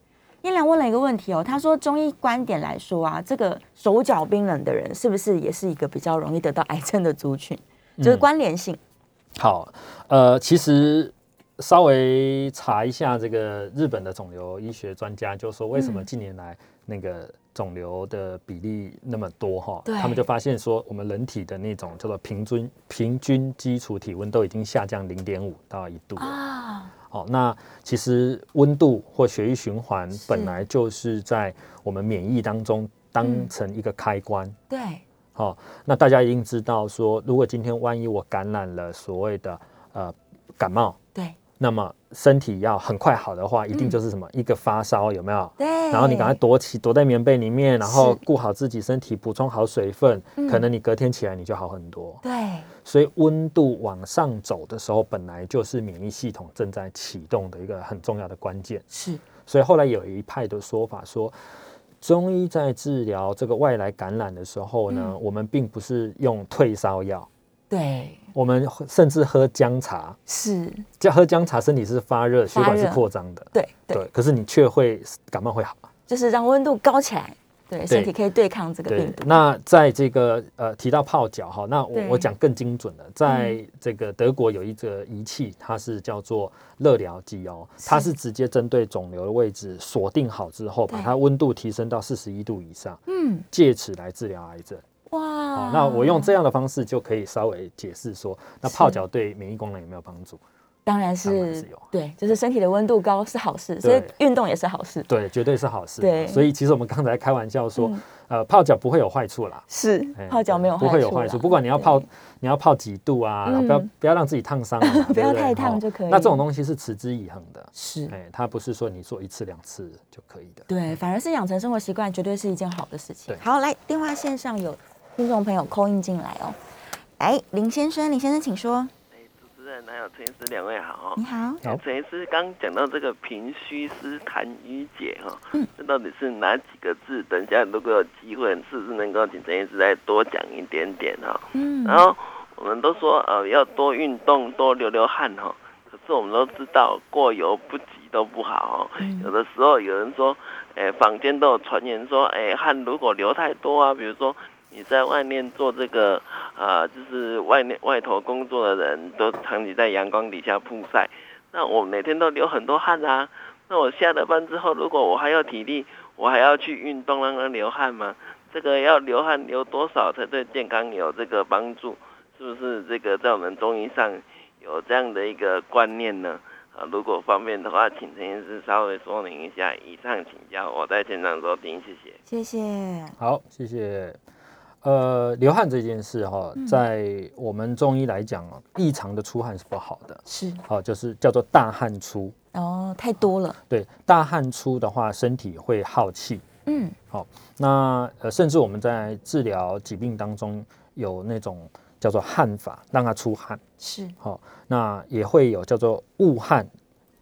[SPEAKER 2] 燕良问了一个问题哦，他说中医观点来说啊，这个手脚冰冷的人是不是也是一个比较容易得到癌症的族群？
[SPEAKER 3] 嗯
[SPEAKER 2] 就是关联性，
[SPEAKER 3] 好，呃，其实稍微查一下这个日本的肿瘤医学专家，就说为什
[SPEAKER 2] 嗯
[SPEAKER 3] 么近年来那个肿瘤的比例那么多哈、
[SPEAKER 2] 对
[SPEAKER 3] 他们就发现说，我们人体的那种叫做平均平均基础体温都已经下降零点五到一度了。
[SPEAKER 2] 啊，
[SPEAKER 3] 好、那其实温度或血液循环
[SPEAKER 2] 是
[SPEAKER 3] 本来就是在我们免疫当中当
[SPEAKER 2] 嗯
[SPEAKER 3] 成一个开关。
[SPEAKER 2] 对，
[SPEAKER 3] 好、那大家一定知道说，如果今天万一我感染了所谓的呃感冒，
[SPEAKER 2] 对，
[SPEAKER 3] 那么身体要很快好的话，一定
[SPEAKER 2] 嗯
[SPEAKER 3] 就是什么、一个发烧有没有？
[SPEAKER 2] 对。
[SPEAKER 3] 然后你赶快躲起，躲在棉被里面，然后
[SPEAKER 2] 是
[SPEAKER 3] 顾好自己身体，补充好水分，
[SPEAKER 2] 嗯
[SPEAKER 3] 可能你隔天起来你就好很多。
[SPEAKER 2] 对，
[SPEAKER 3] 所以温度往上走的时候，本来就是免疫系统正在启动的一个很重要的关键。
[SPEAKER 2] 是
[SPEAKER 3] 所以后来有一派的说法说，中医在治疗这个外来感染的时候呢，
[SPEAKER 2] 嗯
[SPEAKER 3] 我们并不是用退烧药，
[SPEAKER 2] 对，
[SPEAKER 3] 我们甚至喝姜茶，
[SPEAKER 2] 是，
[SPEAKER 3] 加喝姜茶身体是发热，血
[SPEAKER 2] 发
[SPEAKER 3] 管是
[SPEAKER 2] 热
[SPEAKER 3] 扩张的，
[SPEAKER 2] 对对，
[SPEAKER 3] 可是你却会感冒会好。
[SPEAKER 2] 就是让温度高起来，对，身体可以对抗这个
[SPEAKER 3] 对
[SPEAKER 2] 病毒，，
[SPEAKER 3] 那在这个呃提到泡脚哈，那我
[SPEAKER 2] 对嗯
[SPEAKER 3] 我讲更精准的，在这个德国有一个仪器，它是叫做热疗机哦，它
[SPEAKER 2] 是
[SPEAKER 3] 是直接针对肿瘤的位置锁定好之后，把
[SPEAKER 2] 对
[SPEAKER 3] 它温度提升到四十一度以上，
[SPEAKER 2] 嗯，啊
[SPEAKER 3] 借此来治疗癌症。好、
[SPEAKER 2] 哇，
[SPEAKER 3] 哦那我用这样的方式就可以稍微解释说，那泡脚对免疫功能有没有帮助？
[SPEAKER 2] 当然
[SPEAKER 3] 当然
[SPEAKER 2] 是
[SPEAKER 3] 是有
[SPEAKER 2] 对，就是身体的温度高是好事，所以
[SPEAKER 3] 对
[SPEAKER 2] 运动也是好事，
[SPEAKER 3] 对，绝对是好事。
[SPEAKER 2] 对
[SPEAKER 3] 所以其实我们刚才开玩笑说，
[SPEAKER 2] 嗯
[SPEAKER 3] 呃，泡脚不会有坏处啦。
[SPEAKER 2] 是
[SPEAKER 3] 哎
[SPEAKER 2] 泡脚没有
[SPEAKER 3] 不会有
[SPEAKER 2] 坏
[SPEAKER 3] 坏
[SPEAKER 2] 处
[SPEAKER 3] 处，
[SPEAKER 2] 啦，
[SPEAKER 3] 不管你要
[SPEAKER 2] 对
[SPEAKER 3] 泡，你要泡几度啊，然后不要
[SPEAKER 2] 嗯
[SPEAKER 3] 不要让自己烫伤啊嘛，
[SPEAKER 2] 不要
[SPEAKER 3] 对对
[SPEAKER 2] 太烫
[SPEAKER 3] 哦
[SPEAKER 2] 就可以
[SPEAKER 3] 那这种东西是持之以恒的，
[SPEAKER 2] 是。
[SPEAKER 3] 哎，它不是说你做一次两次就可以的。
[SPEAKER 2] 对，反而是养成生活习惯，绝对是一件好的事情。
[SPEAKER 3] 对
[SPEAKER 2] 好，来电话线上有听众朋友扣印进来哦。来，林先生，林先生，请说。
[SPEAKER 4] 哎，主持人还有陈医师两位好
[SPEAKER 2] 你。好，
[SPEAKER 3] 好
[SPEAKER 4] 陈医师刚讲到这个平虚思痰瘀结哈
[SPEAKER 2] 嗯，
[SPEAKER 4] 这到底是哪几个字？等一下如果有机会，是不是能够请陈医师再多讲一点点哈？
[SPEAKER 2] 嗯，
[SPEAKER 4] 然后我们都说呃要多运动，多流流汗哈、可是我们都知道过犹不及都不好、哦
[SPEAKER 2] 嗯
[SPEAKER 4] 有的时候有人说，哎，坊间都有传言说，哎，汗如果流太多啊，比如说你在外面做这个啊、呃就是外面外头工作的人都长期在阳光底下曝晒，那我每天都流很多汗啊。那我下了班之后，如果我还有体力，我还要去运动让它流汗吗？这个要流汗流多少才对健康有这个帮助？是不是这个在我们中医上有这样的一个观念呢？啊，如果方便的话，请陈医师稍微说明一下。以上请教，我在现场收听，谢谢。
[SPEAKER 2] 谢谢。
[SPEAKER 3] 好，谢谢。呃，流汗这件事哈、
[SPEAKER 2] 嗯
[SPEAKER 3] 在我们中医来讲哦，异常的出汗是不好的，
[SPEAKER 2] 是
[SPEAKER 3] 好、就是叫做大汗出。
[SPEAKER 2] 哦，太多了。
[SPEAKER 3] 对，大汗出的话，身体会耗气，
[SPEAKER 2] 嗯，
[SPEAKER 3] 那呃，甚至我们在治疗疾病当中有那种叫做汗法，让它出汗。
[SPEAKER 2] 是
[SPEAKER 3] 好、那也会有叫做误汗，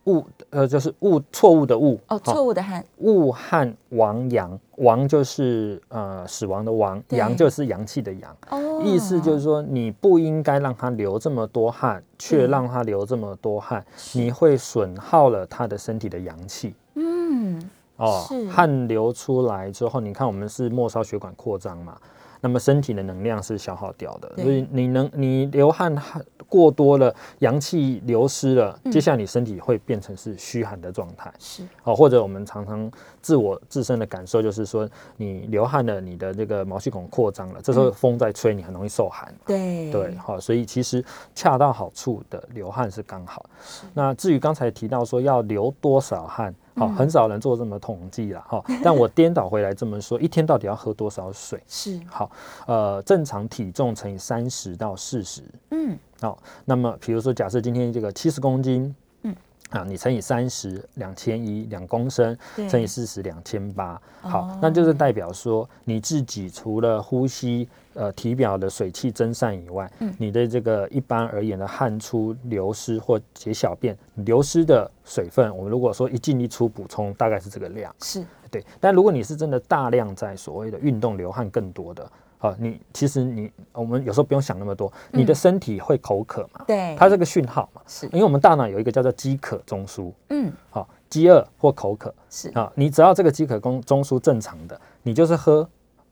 [SPEAKER 3] 误呃就是误错误的误
[SPEAKER 2] 哦，
[SPEAKER 3] 好
[SPEAKER 2] 错误的汗
[SPEAKER 3] 误汗亡阳，亡就是呃死亡的亡，
[SPEAKER 2] 对
[SPEAKER 3] 阳就是阳气的阳，
[SPEAKER 2] 哦，
[SPEAKER 3] 意思就是说你不应该让它流这么多汗，却
[SPEAKER 2] 嗯
[SPEAKER 3] 让它流这么多汗，你会损耗了它的身体的阳气。
[SPEAKER 2] 嗯，
[SPEAKER 3] 哦
[SPEAKER 2] 是，
[SPEAKER 3] 汗流出来之后，你看我们是末梢血管扩张嘛，那么身体的能量是消耗掉的，
[SPEAKER 2] 对
[SPEAKER 3] 所以你能你流汗汗过多了，阳气流失了，
[SPEAKER 2] 嗯
[SPEAKER 3] 接下来你身体会变成是虚寒的状态。
[SPEAKER 2] 是
[SPEAKER 3] 哦，或者我们常常自我自身的感受就是说，你流汗了，你的这个毛细孔扩张了，
[SPEAKER 2] 嗯
[SPEAKER 3] 这时候风在吹，你很容易受寒。
[SPEAKER 2] 对
[SPEAKER 3] 对，好、所以其实恰到好处的流汗是刚好。那至于刚才提到说要流多少汗，好、很少人做这么统计了哈。但我颠倒回来这么说，一天到底要喝多少水？
[SPEAKER 2] 是
[SPEAKER 3] 好，呃，正常体重乘以三十到四十。
[SPEAKER 2] 嗯
[SPEAKER 3] 好、那么比如说假设今天这个七十公斤，
[SPEAKER 2] 嗯
[SPEAKER 3] 嗯。啊，你乘以三十，两千一，两公升
[SPEAKER 2] 对，
[SPEAKER 3] 乘以四十，两千八。好
[SPEAKER 2] 哦，
[SPEAKER 3] 那就是代表说你自己除了呼吸、呃体表的水汽蒸散以外，
[SPEAKER 2] 嗯
[SPEAKER 3] 你的这个一般而言的汗出、流失或解小便流失的水分，我们如果说一进一出补充，大概是这个量。
[SPEAKER 2] 是
[SPEAKER 3] 对，但如果你是真的大量在所谓的运动流汗更多的，好、你其实你我们有时候不用想那么多，你的身体会口渴嘛，
[SPEAKER 2] 嗯对，
[SPEAKER 3] 它这个讯号嘛，
[SPEAKER 2] 是
[SPEAKER 3] 因为我们大脑有一个叫做饥渴中枢，
[SPEAKER 2] 嗯
[SPEAKER 3] 好、饥饿或口渴，
[SPEAKER 2] 是
[SPEAKER 3] 啊，你只要这个饥渴中中枢正常的，你就是喝，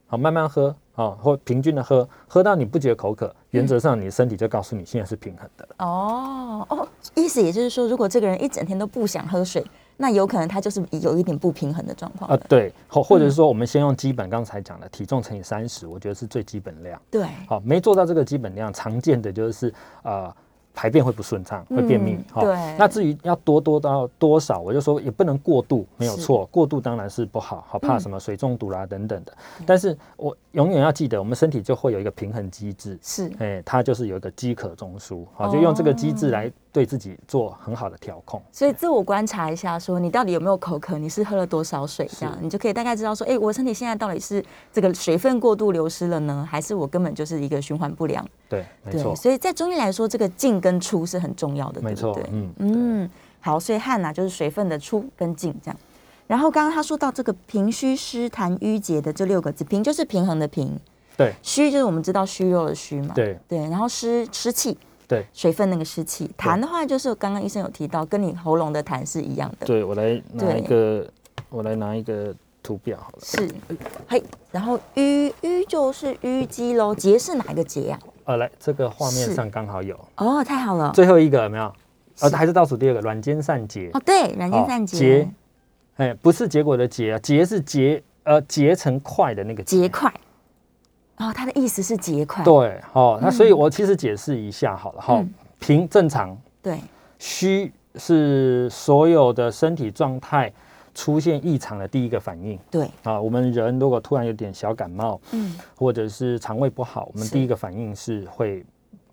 [SPEAKER 3] 好慢慢喝，啊，或平均的喝，喝到你不觉得口渴，原
[SPEAKER 2] 嗯
[SPEAKER 3] 则上你身体就告诉你现在是平衡的了。
[SPEAKER 2] 哦哦，意思也就是说，如果这个人一整天都不想喝水，那有可能他就是有一点不平衡的状况
[SPEAKER 3] 啊
[SPEAKER 2] 了。，
[SPEAKER 3] 对，或或者
[SPEAKER 2] 嗯
[SPEAKER 3] 是说，我们先用基本刚才讲的体重乘以三十，我觉得是最基本量。
[SPEAKER 2] 对，
[SPEAKER 3] 好，没做到这个基本量，常见的就是呃排便会不顺畅，会便秘
[SPEAKER 2] 嗯。
[SPEAKER 3] 好
[SPEAKER 2] 对
[SPEAKER 3] 那至于要多多到多少，我就说也不能过度，没有
[SPEAKER 2] 是嗯
[SPEAKER 3] 错，过度当然是不好，好怕什么水中毒啦等等的。但是我永远要记得，我们身体就会有一个平衡机制。
[SPEAKER 2] 是
[SPEAKER 3] 哎，它就是有一个饥渴中枢，好，就用这个机
[SPEAKER 2] 哦
[SPEAKER 3] 制来对自己做很好的调控。
[SPEAKER 2] 所以自我观察一下，说你到底有没有口渴，你是喝了多少水，这样你就可以大概知道说，哎、我身体现在到底是这个水分过度流失了呢，还是我根本就是一个循环不良？
[SPEAKER 3] 对，没
[SPEAKER 2] 对，
[SPEAKER 3] 错，
[SPEAKER 2] 所以在中医来说，这个进跟出是很重要的，
[SPEAKER 3] 没
[SPEAKER 2] 对不
[SPEAKER 3] 错
[SPEAKER 2] 对，？
[SPEAKER 3] 嗯，
[SPEAKER 2] 啊嗯，好，所以汗呐、就是水分的出跟进这样。然后刚刚他说到这个平虚湿痰瘀结的这六个字，平就是平衡的平，
[SPEAKER 3] 对
[SPEAKER 2] 虚就是我们知道虚弱的虚嘛，
[SPEAKER 3] 对
[SPEAKER 2] 对，然后湿湿气
[SPEAKER 3] 对
[SPEAKER 2] 水分那个湿气，痰的话就是刚刚医生有提到，跟你喉咙的痰是一样的，
[SPEAKER 3] 对，我来拿
[SPEAKER 2] 对
[SPEAKER 3] 一个，我来拿一个图表好了。
[SPEAKER 2] 是，嘿，然后瘀瘀就是淤积喽，结是哪一个结呀、
[SPEAKER 3] 呃，来这个画面
[SPEAKER 2] 是
[SPEAKER 3] 上刚好有
[SPEAKER 2] 哦，太好了，
[SPEAKER 3] 最后一个有没有？呃，还是倒数第二个软坚散结。
[SPEAKER 2] 哦，对，软
[SPEAKER 3] 好
[SPEAKER 2] 筋散结
[SPEAKER 3] 结，，哎，不是结果的结啊，结是结呃结成块的那个
[SPEAKER 2] 结块，哦，它的意思是结块，
[SPEAKER 3] 对，哦，那所以我其实解释一下好了哈、
[SPEAKER 2] 嗯
[SPEAKER 3] 平正常，
[SPEAKER 2] 对，
[SPEAKER 3] 虚是所有的身体状态出现异常的第一个反应
[SPEAKER 2] 对，
[SPEAKER 3] 啊。我们人如果突然有点小感冒，
[SPEAKER 2] 嗯，
[SPEAKER 3] 或者是肠胃不好，我们
[SPEAKER 2] 是
[SPEAKER 3] 第一个反应是会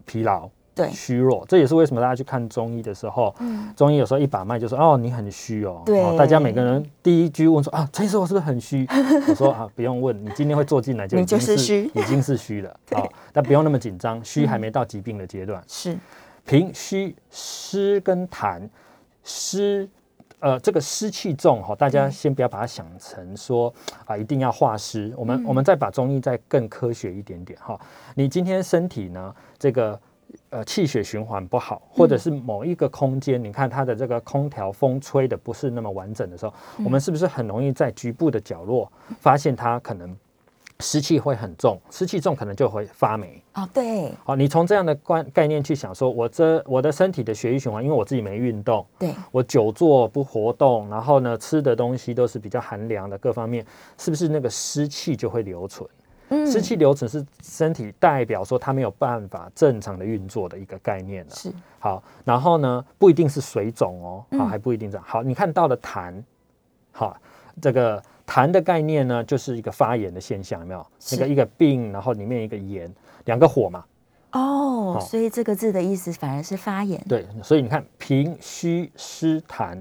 [SPEAKER 3] 疲劳。
[SPEAKER 2] 对，
[SPEAKER 3] 虚弱，这也是为什么大家去看中医的时候，中医有时候一把脉就说：“哦，你很虚哦。”
[SPEAKER 2] 嗯对
[SPEAKER 3] 哦大家每个人第一句问说：“啊，陈医师，我是不是很虚？” 我说：“啊，不用问，你今天会坐进来就已
[SPEAKER 2] 你就
[SPEAKER 3] 经
[SPEAKER 2] 是
[SPEAKER 3] 是
[SPEAKER 2] 虚嗯
[SPEAKER 3] 已经是虚了。 哦，但不用那么紧张，虚还没到疾病的阶段。
[SPEAKER 2] 是，
[SPEAKER 3] 平虚湿跟痰，湿呃这个湿气重哈，大家先不要把它想成说啊一定要化湿，我们、我们再把中医再更科学一点点哈。你今天身体呢这个。呃，气血循环不好，或者是某一个空间，你看它的这个空调风吹的不是那么完整的时候，我们是不是很容易在局部的角落发现它可能湿气会很重，湿气重可能就会发霉，
[SPEAKER 2] 哦，对，
[SPEAKER 3] 好，你从这样的观概念去想说我这我的身体的血液循环，因为我自己没运动，
[SPEAKER 2] 对，
[SPEAKER 3] 我久坐不活动，然后呢吃的东西都是比较寒凉的，各方面是不是那个湿气就会留存？
[SPEAKER 2] 嗯
[SPEAKER 3] 湿气留存是身体代表说它没有办法正常的运作的一个概念了。
[SPEAKER 2] 是，
[SPEAKER 3] 好，然后呢，不一定是水肿哦，好、
[SPEAKER 2] 嗯
[SPEAKER 3] 还不一定这样。好，你看到了痰，好，这个痰的概念呢，就是一个发炎的现象，有没有？
[SPEAKER 2] 是
[SPEAKER 3] 那个一个病，然后里面一个炎，两个火嘛，
[SPEAKER 2] 哦，
[SPEAKER 3] 好
[SPEAKER 2] 所以这个字的意思反而是发炎，
[SPEAKER 3] 对，所以你看平虚湿痰，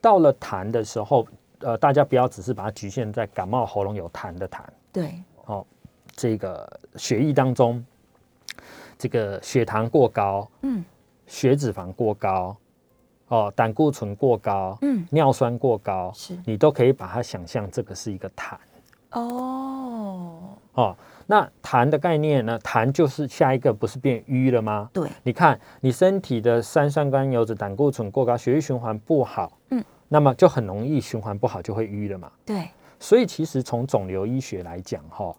[SPEAKER 3] 到了痰的时候，呃，大家不要只是把它局限在感冒喉咙有痰的痰
[SPEAKER 2] 对，
[SPEAKER 3] 哦，这个血液当中，这个血糖过高，
[SPEAKER 2] 嗯，
[SPEAKER 3] 血脂肪过高，哦，胆固醇过高，
[SPEAKER 2] 嗯，
[SPEAKER 3] 尿酸过高，
[SPEAKER 2] 是
[SPEAKER 3] 你都可以把它想象这个是一个痰
[SPEAKER 2] 哦，
[SPEAKER 3] 哦。那痰的概念呢？痰就是下一个不是变瘀了吗？
[SPEAKER 2] 对，
[SPEAKER 3] 你看，你身体的三酸甘油脂、胆固醇过高，血液循环不好，
[SPEAKER 2] 嗯，
[SPEAKER 3] 那么就很容易循环不好就会淤了嘛。
[SPEAKER 2] 对，
[SPEAKER 3] 所以其实从肿瘤医学来讲，哈，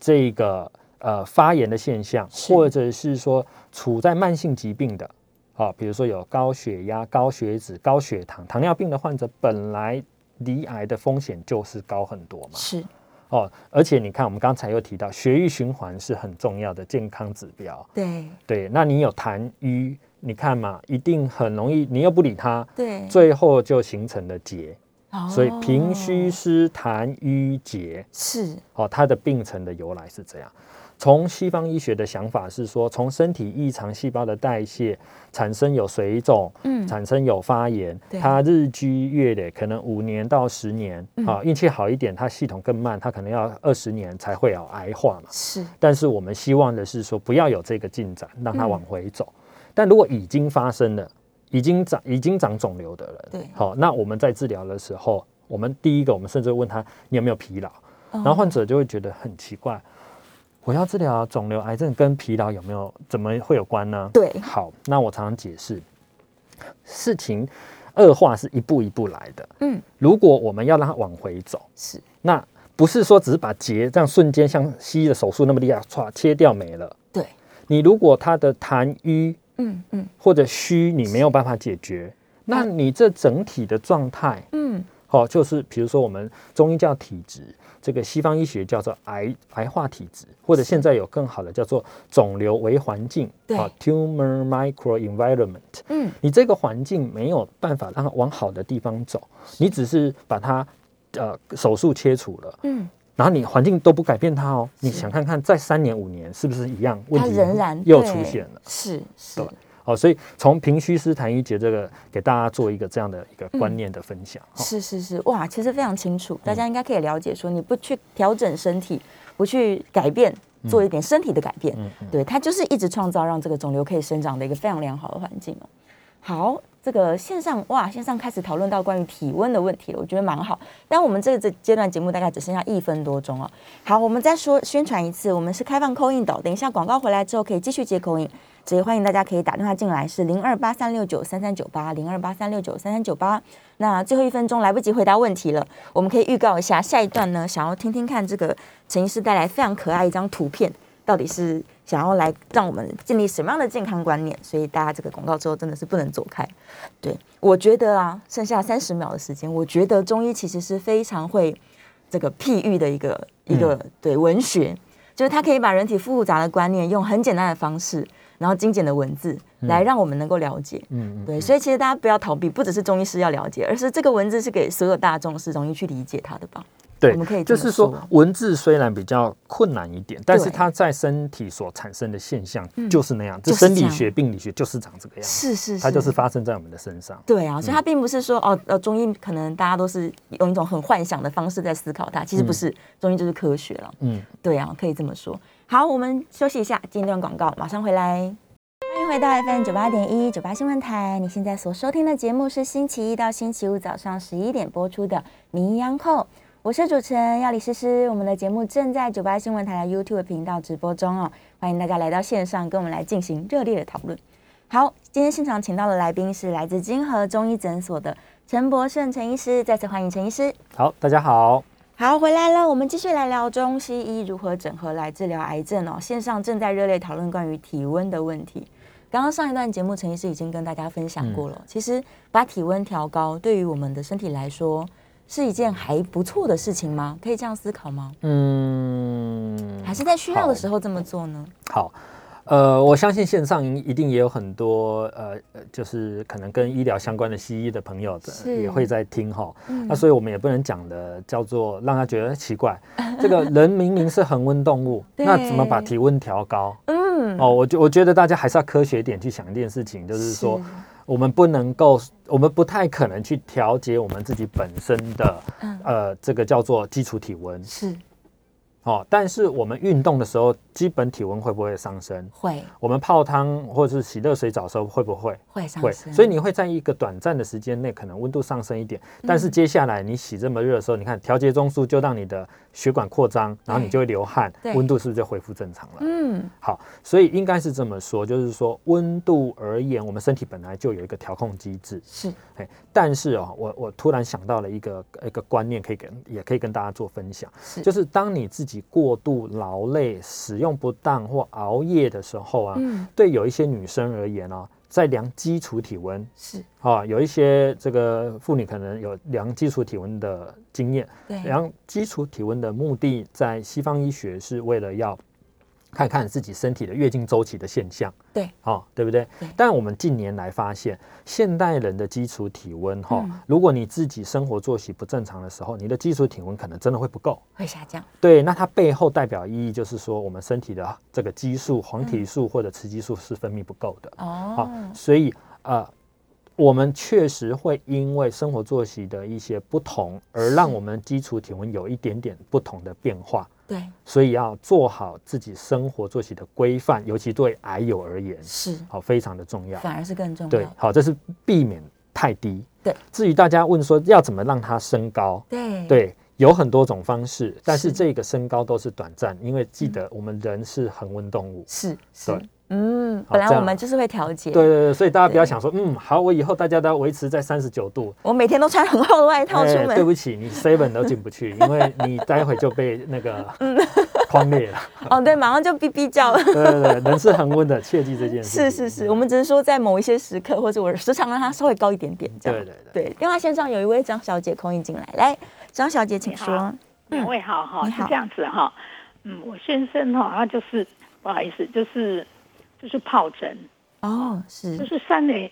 [SPEAKER 3] 这个呃发炎的现象，
[SPEAKER 2] 是
[SPEAKER 3] 或者是说处在慢性疾病的，啊，比如说有高血压、高血脂、高血糖、糖尿病的患者，本来罹癌的风险就是高很多嘛。
[SPEAKER 2] 是，
[SPEAKER 3] 哦，而且你看，我们刚才又提到，血液循环是很重要的健康指标。
[SPEAKER 2] 对，
[SPEAKER 3] 对，那你有痰瘀，你看嘛，一定很容易，你又不理它，
[SPEAKER 2] 对，
[SPEAKER 3] 最后就形成了结。
[SPEAKER 2] 哦
[SPEAKER 3] 所以平虚湿痰瘀结，
[SPEAKER 2] 是，
[SPEAKER 3] 哦，它的病程的由来是这样。从西方医学的想法是说，从身体异常细胞的代谢产生有水肿，
[SPEAKER 2] 嗯
[SPEAKER 3] 产生有发炎
[SPEAKER 2] 对，
[SPEAKER 3] 它日积月累，可能五年到十年，
[SPEAKER 2] 嗯
[SPEAKER 3] 啊，运气好一点，它系统更慢，它可能要二十年才会有癌化嘛。
[SPEAKER 2] 是，
[SPEAKER 3] 但是我们希望的是说，不要有这个进展，让
[SPEAKER 2] 嗯
[SPEAKER 3] 它往回走。但如果已经发生了，已经长已经长肿瘤的人，
[SPEAKER 2] 对
[SPEAKER 3] 好、那我们在治疗的时候，我们第一个，我们甚至问他你有没有疲劳，
[SPEAKER 2] 哦嗯
[SPEAKER 3] 然后患者就会觉得很奇怪，我要治疗肿瘤癌症跟疲劳有没有怎么会有关呢？
[SPEAKER 2] 对
[SPEAKER 3] 好，那我常常解释，事情恶化是一步一步来的，
[SPEAKER 2] 嗯，
[SPEAKER 3] 如果我们要让它往回走，
[SPEAKER 2] 是，
[SPEAKER 3] 那不是说只是把结这样瞬间像西医的手术那么厉害，歘切掉没了。
[SPEAKER 2] 对，
[SPEAKER 3] 你如果它的痰瘀
[SPEAKER 2] 嗯嗯
[SPEAKER 3] 或者虚，你没有办法解决，那你这整体的状态，
[SPEAKER 2] 嗯，
[SPEAKER 3] 哦，就是比如说我们中医叫体质，这个西方医学叫做癌癌化体质，或者现在有更好的叫做肿瘤为环境，
[SPEAKER 2] 对
[SPEAKER 3] 啊，tumor microenvironment，
[SPEAKER 2] 嗯，
[SPEAKER 3] 你这个环境没有办法让它往好的地方走，你只是把它呃手术切除了，
[SPEAKER 2] 嗯，
[SPEAKER 3] 然后你环境都不改变它哦，你想看看再三年五年是不是一样问
[SPEAKER 2] 它
[SPEAKER 3] 题
[SPEAKER 2] 仍然
[SPEAKER 3] 又
[SPEAKER 2] 对
[SPEAKER 3] 出现了。
[SPEAKER 2] 是是
[SPEAKER 3] 对，好，所以从平虚湿痰瘀结这个给大家做一个这样的一个观念的分享。哦
[SPEAKER 2] 是是是，哇，其实非常清楚，
[SPEAKER 3] 嗯
[SPEAKER 2] 大家应该可以了解说，你不去调整身体，不去改变，
[SPEAKER 3] 嗯
[SPEAKER 2] 做一点身体的改变，对，它就是一直创造让这个肿瘤可以生长的一个非常良好的环境哦。好，这个线上哇，线上开始讨论到关于体温的问题了，我觉得蛮好。但我们这个阶段节目大概只剩下一分多钟哦。好，我们再说宣传一次，我们是开放扣印的，等一下广告回来之后可以继续接扣印，所以欢迎大家可以打电话进来，是零二八三六九三三九八零二八三六九三三九八。那最后一分钟来不及回答问题了，我们可以预告一下，下一段呢，想要听听看这个陈医师带来非常可爱一张图片，到底是想要来让我们建立什么样的健康观念？所以大家这个广告之后真的是不能走开。对，我觉得啊，剩下三十秒的时间，我觉得中医其实是非常会这个譬喻的一个一个、
[SPEAKER 3] 嗯
[SPEAKER 2] 对文学，就是它可以把人体复杂的观念用很简单的方式，然后精简的文字来让我们能够了解。
[SPEAKER 3] 嗯，
[SPEAKER 2] 对，所以其实大家不要逃避，不只是中医师要了解，而是这个文字是给所有大众是容易去理解它的吧？
[SPEAKER 3] 对，
[SPEAKER 2] 我们可以这
[SPEAKER 3] 就
[SPEAKER 2] 么
[SPEAKER 3] 是说
[SPEAKER 2] 说
[SPEAKER 3] 文字虽然比较困难一点，但是
[SPEAKER 2] 对
[SPEAKER 3] 它在身体所产生的现象
[SPEAKER 2] 嗯
[SPEAKER 3] 就是那样，这
[SPEAKER 2] 就是
[SPEAKER 3] 生
[SPEAKER 2] 这
[SPEAKER 3] 理
[SPEAKER 2] 样
[SPEAKER 3] 学、病理学就是长这个样子，
[SPEAKER 2] 是是是，
[SPEAKER 3] 它就是发生在我们的身上。
[SPEAKER 2] 对啊，所以它并不是说哦呃中医可能大家都是用一种很幻想的方式在思考它，其实不是，中医就是科学了。
[SPEAKER 3] 嗯，
[SPEAKER 2] 对啊，可以这么说。好，我们休息一下，进一段广告，马上回来。欢迎回到 FM 九八点一九八新闻台，你现在所收听的节目是星期一到星期五早上十一点播出的《名医央叩》，我是主持人要李诗诗。我们的节目正在九八新闻台的 YouTube 频道直播中哦，欢迎大家来到线上跟我们来进行热烈的讨论。好，今天现场请到的来宾是来自金河中医诊所的陈博胜陈医师，再次欢迎陈医师。
[SPEAKER 3] 好，大家好，
[SPEAKER 2] 好，回来了，我们继续来聊中西医如何整合来治疗癌症哦。线上正在热烈讨论关于体温的问题。刚刚上一段节目，陈医师已经跟大家分享过了。
[SPEAKER 3] 嗯
[SPEAKER 2] 其实把体温调高，对于我们的身体来说是一件还不错的事情吗？可以这样思考吗？
[SPEAKER 3] 嗯，
[SPEAKER 2] 还是在需要的
[SPEAKER 3] 好
[SPEAKER 2] 时候这么做呢？
[SPEAKER 3] 好，呃，我相信线上一定也有很多呃，呃就是可能跟医疗相关的西医的朋友的
[SPEAKER 2] 是嗯
[SPEAKER 3] 也会在听哈。那所以我们也不能讲的叫做让他觉得奇怪， 这个人明明是恒温动物，那怎么把
[SPEAKER 2] 对
[SPEAKER 3] 体温调高？
[SPEAKER 2] 嗯，
[SPEAKER 3] 哦，我觉我觉得大家还是要科学一点去想一件事情，就是说我们不能够，我们不太可能去调节我们自己本身的
[SPEAKER 2] 嗯
[SPEAKER 3] 呃这个叫做基础体温。
[SPEAKER 2] 是
[SPEAKER 3] 哦，但是我们运动的时候，基本体温会不会上升？
[SPEAKER 2] 会
[SPEAKER 3] 我们泡汤或者是洗热水澡的时候会不会？
[SPEAKER 2] 会上
[SPEAKER 3] 会，
[SPEAKER 2] 升，
[SPEAKER 3] 所以你会在一个短暂的时间内可能温度上升一点，
[SPEAKER 2] 嗯
[SPEAKER 3] 但是接下来你洗这么热的时候，你看调节中枢就让你的血管扩张，然后你就会流汗
[SPEAKER 2] 对，
[SPEAKER 3] 温度是不是就恢复正常了？
[SPEAKER 2] 嗯
[SPEAKER 3] 好，所以应该是这么说，就是说温度而言，我们身体本来就有一个调控机制。
[SPEAKER 2] 是
[SPEAKER 3] 哎，但是哦，我我突然想到了一个一个观念，可以跟也可以跟大家做分享，
[SPEAKER 2] 是
[SPEAKER 3] 就是当你自己过度劳累、使用不当或熬夜的时候啊，
[SPEAKER 2] 嗯
[SPEAKER 3] 对有一些女生而言哦，在量基础体温。
[SPEAKER 2] 是
[SPEAKER 3] 啊、有一些这个妇女可能有量基础体温的经验，
[SPEAKER 2] 对
[SPEAKER 3] 量基础体温的目的，在西方医学是为了要看看自己身体的月经周期的现象，
[SPEAKER 2] 对，
[SPEAKER 3] 哦，对不对
[SPEAKER 2] 对？
[SPEAKER 3] 但我们近年来发现，现代人的基础体温，哈、
[SPEAKER 2] 嗯
[SPEAKER 3] 如果你自己生活作息不正常的时候，你的基础体温可能真的会不够。
[SPEAKER 2] 会下降，
[SPEAKER 3] 对，那它背后代表意义就是说，我们身体的这个激素、黄体素或者雌激素是分泌不够的。好、
[SPEAKER 2] 嗯哦，
[SPEAKER 3] 所以呃，我们确实会因为生活作息的一些不同，而让我们基础体温有一点点不同的变化。
[SPEAKER 2] 对，
[SPEAKER 3] 所以要做好自己生活作息的规范，尤其对癌友而言，
[SPEAKER 2] 是
[SPEAKER 3] 好、非常的重要。
[SPEAKER 2] 反而是更重要
[SPEAKER 3] 对
[SPEAKER 2] 的，，
[SPEAKER 3] 好，这是避免太低。
[SPEAKER 2] 对，
[SPEAKER 3] 至于大家问说要怎么让它升高，
[SPEAKER 2] 对
[SPEAKER 3] 对，有很多种方式，但是
[SPEAKER 2] 是嗯
[SPEAKER 3] 这个升高都是短暂，因为记得我们人是恒温动物。
[SPEAKER 2] 是是
[SPEAKER 3] 对，
[SPEAKER 2] 嗯，
[SPEAKER 3] 好
[SPEAKER 2] 本来
[SPEAKER 3] 这
[SPEAKER 2] 我
[SPEAKER 3] 样
[SPEAKER 2] 们就是会调节，
[SPEAKER 3] 对对对，所以大家不要
[SPEAKER 2] 对
[SPEAKER 3] 想说，嗯，好，我以后大家都要维持在三十九度，
[SPEAKER 2] 我每天都穿很厚的外套出
[SPEAKER 3] 哎对
[SPEAKER 2] 门。
[SPEAKER 3] 不起，你 seven 都进不去，因为你待会就被那 个
[SPEAKER 2] 嗯
[SPEAKER 3] 框裂了。
[SPEAKER 2] 哦，对，马上就哔哔叫了。
[SPEAKER 3] 对对对，人是恒温的，切记这件事情。
[SPEAKER 2] 是是是，
[SPEAKER 3] 嗯
[SPEAKER 2] 我们只是说在某一些时刻，或者我时常让它稍微高一点点，这样。
[SPEAKER 3] 对对对
[SPEAKER 2] 对，电话线上有一位张小姐空运进来，来，张小姐，请
[SPEAKER 5] 你
[SPEAKER 2] 说
[SPEAKER 5] 好。两位好
[SPEAKER 2] 嗯
[SPEAKER 5] 哈，
[SPEAKER 2] 你
[SPEAKER 5] 是
[SPEAKER 2] 好
[SPEAKER 5] 这样子哈，嗯，我先生哈，他就是不好意思，就是就是疱疹，
[SPEAKER 2] 哦，是
[SPEAKER 5] 就，是三年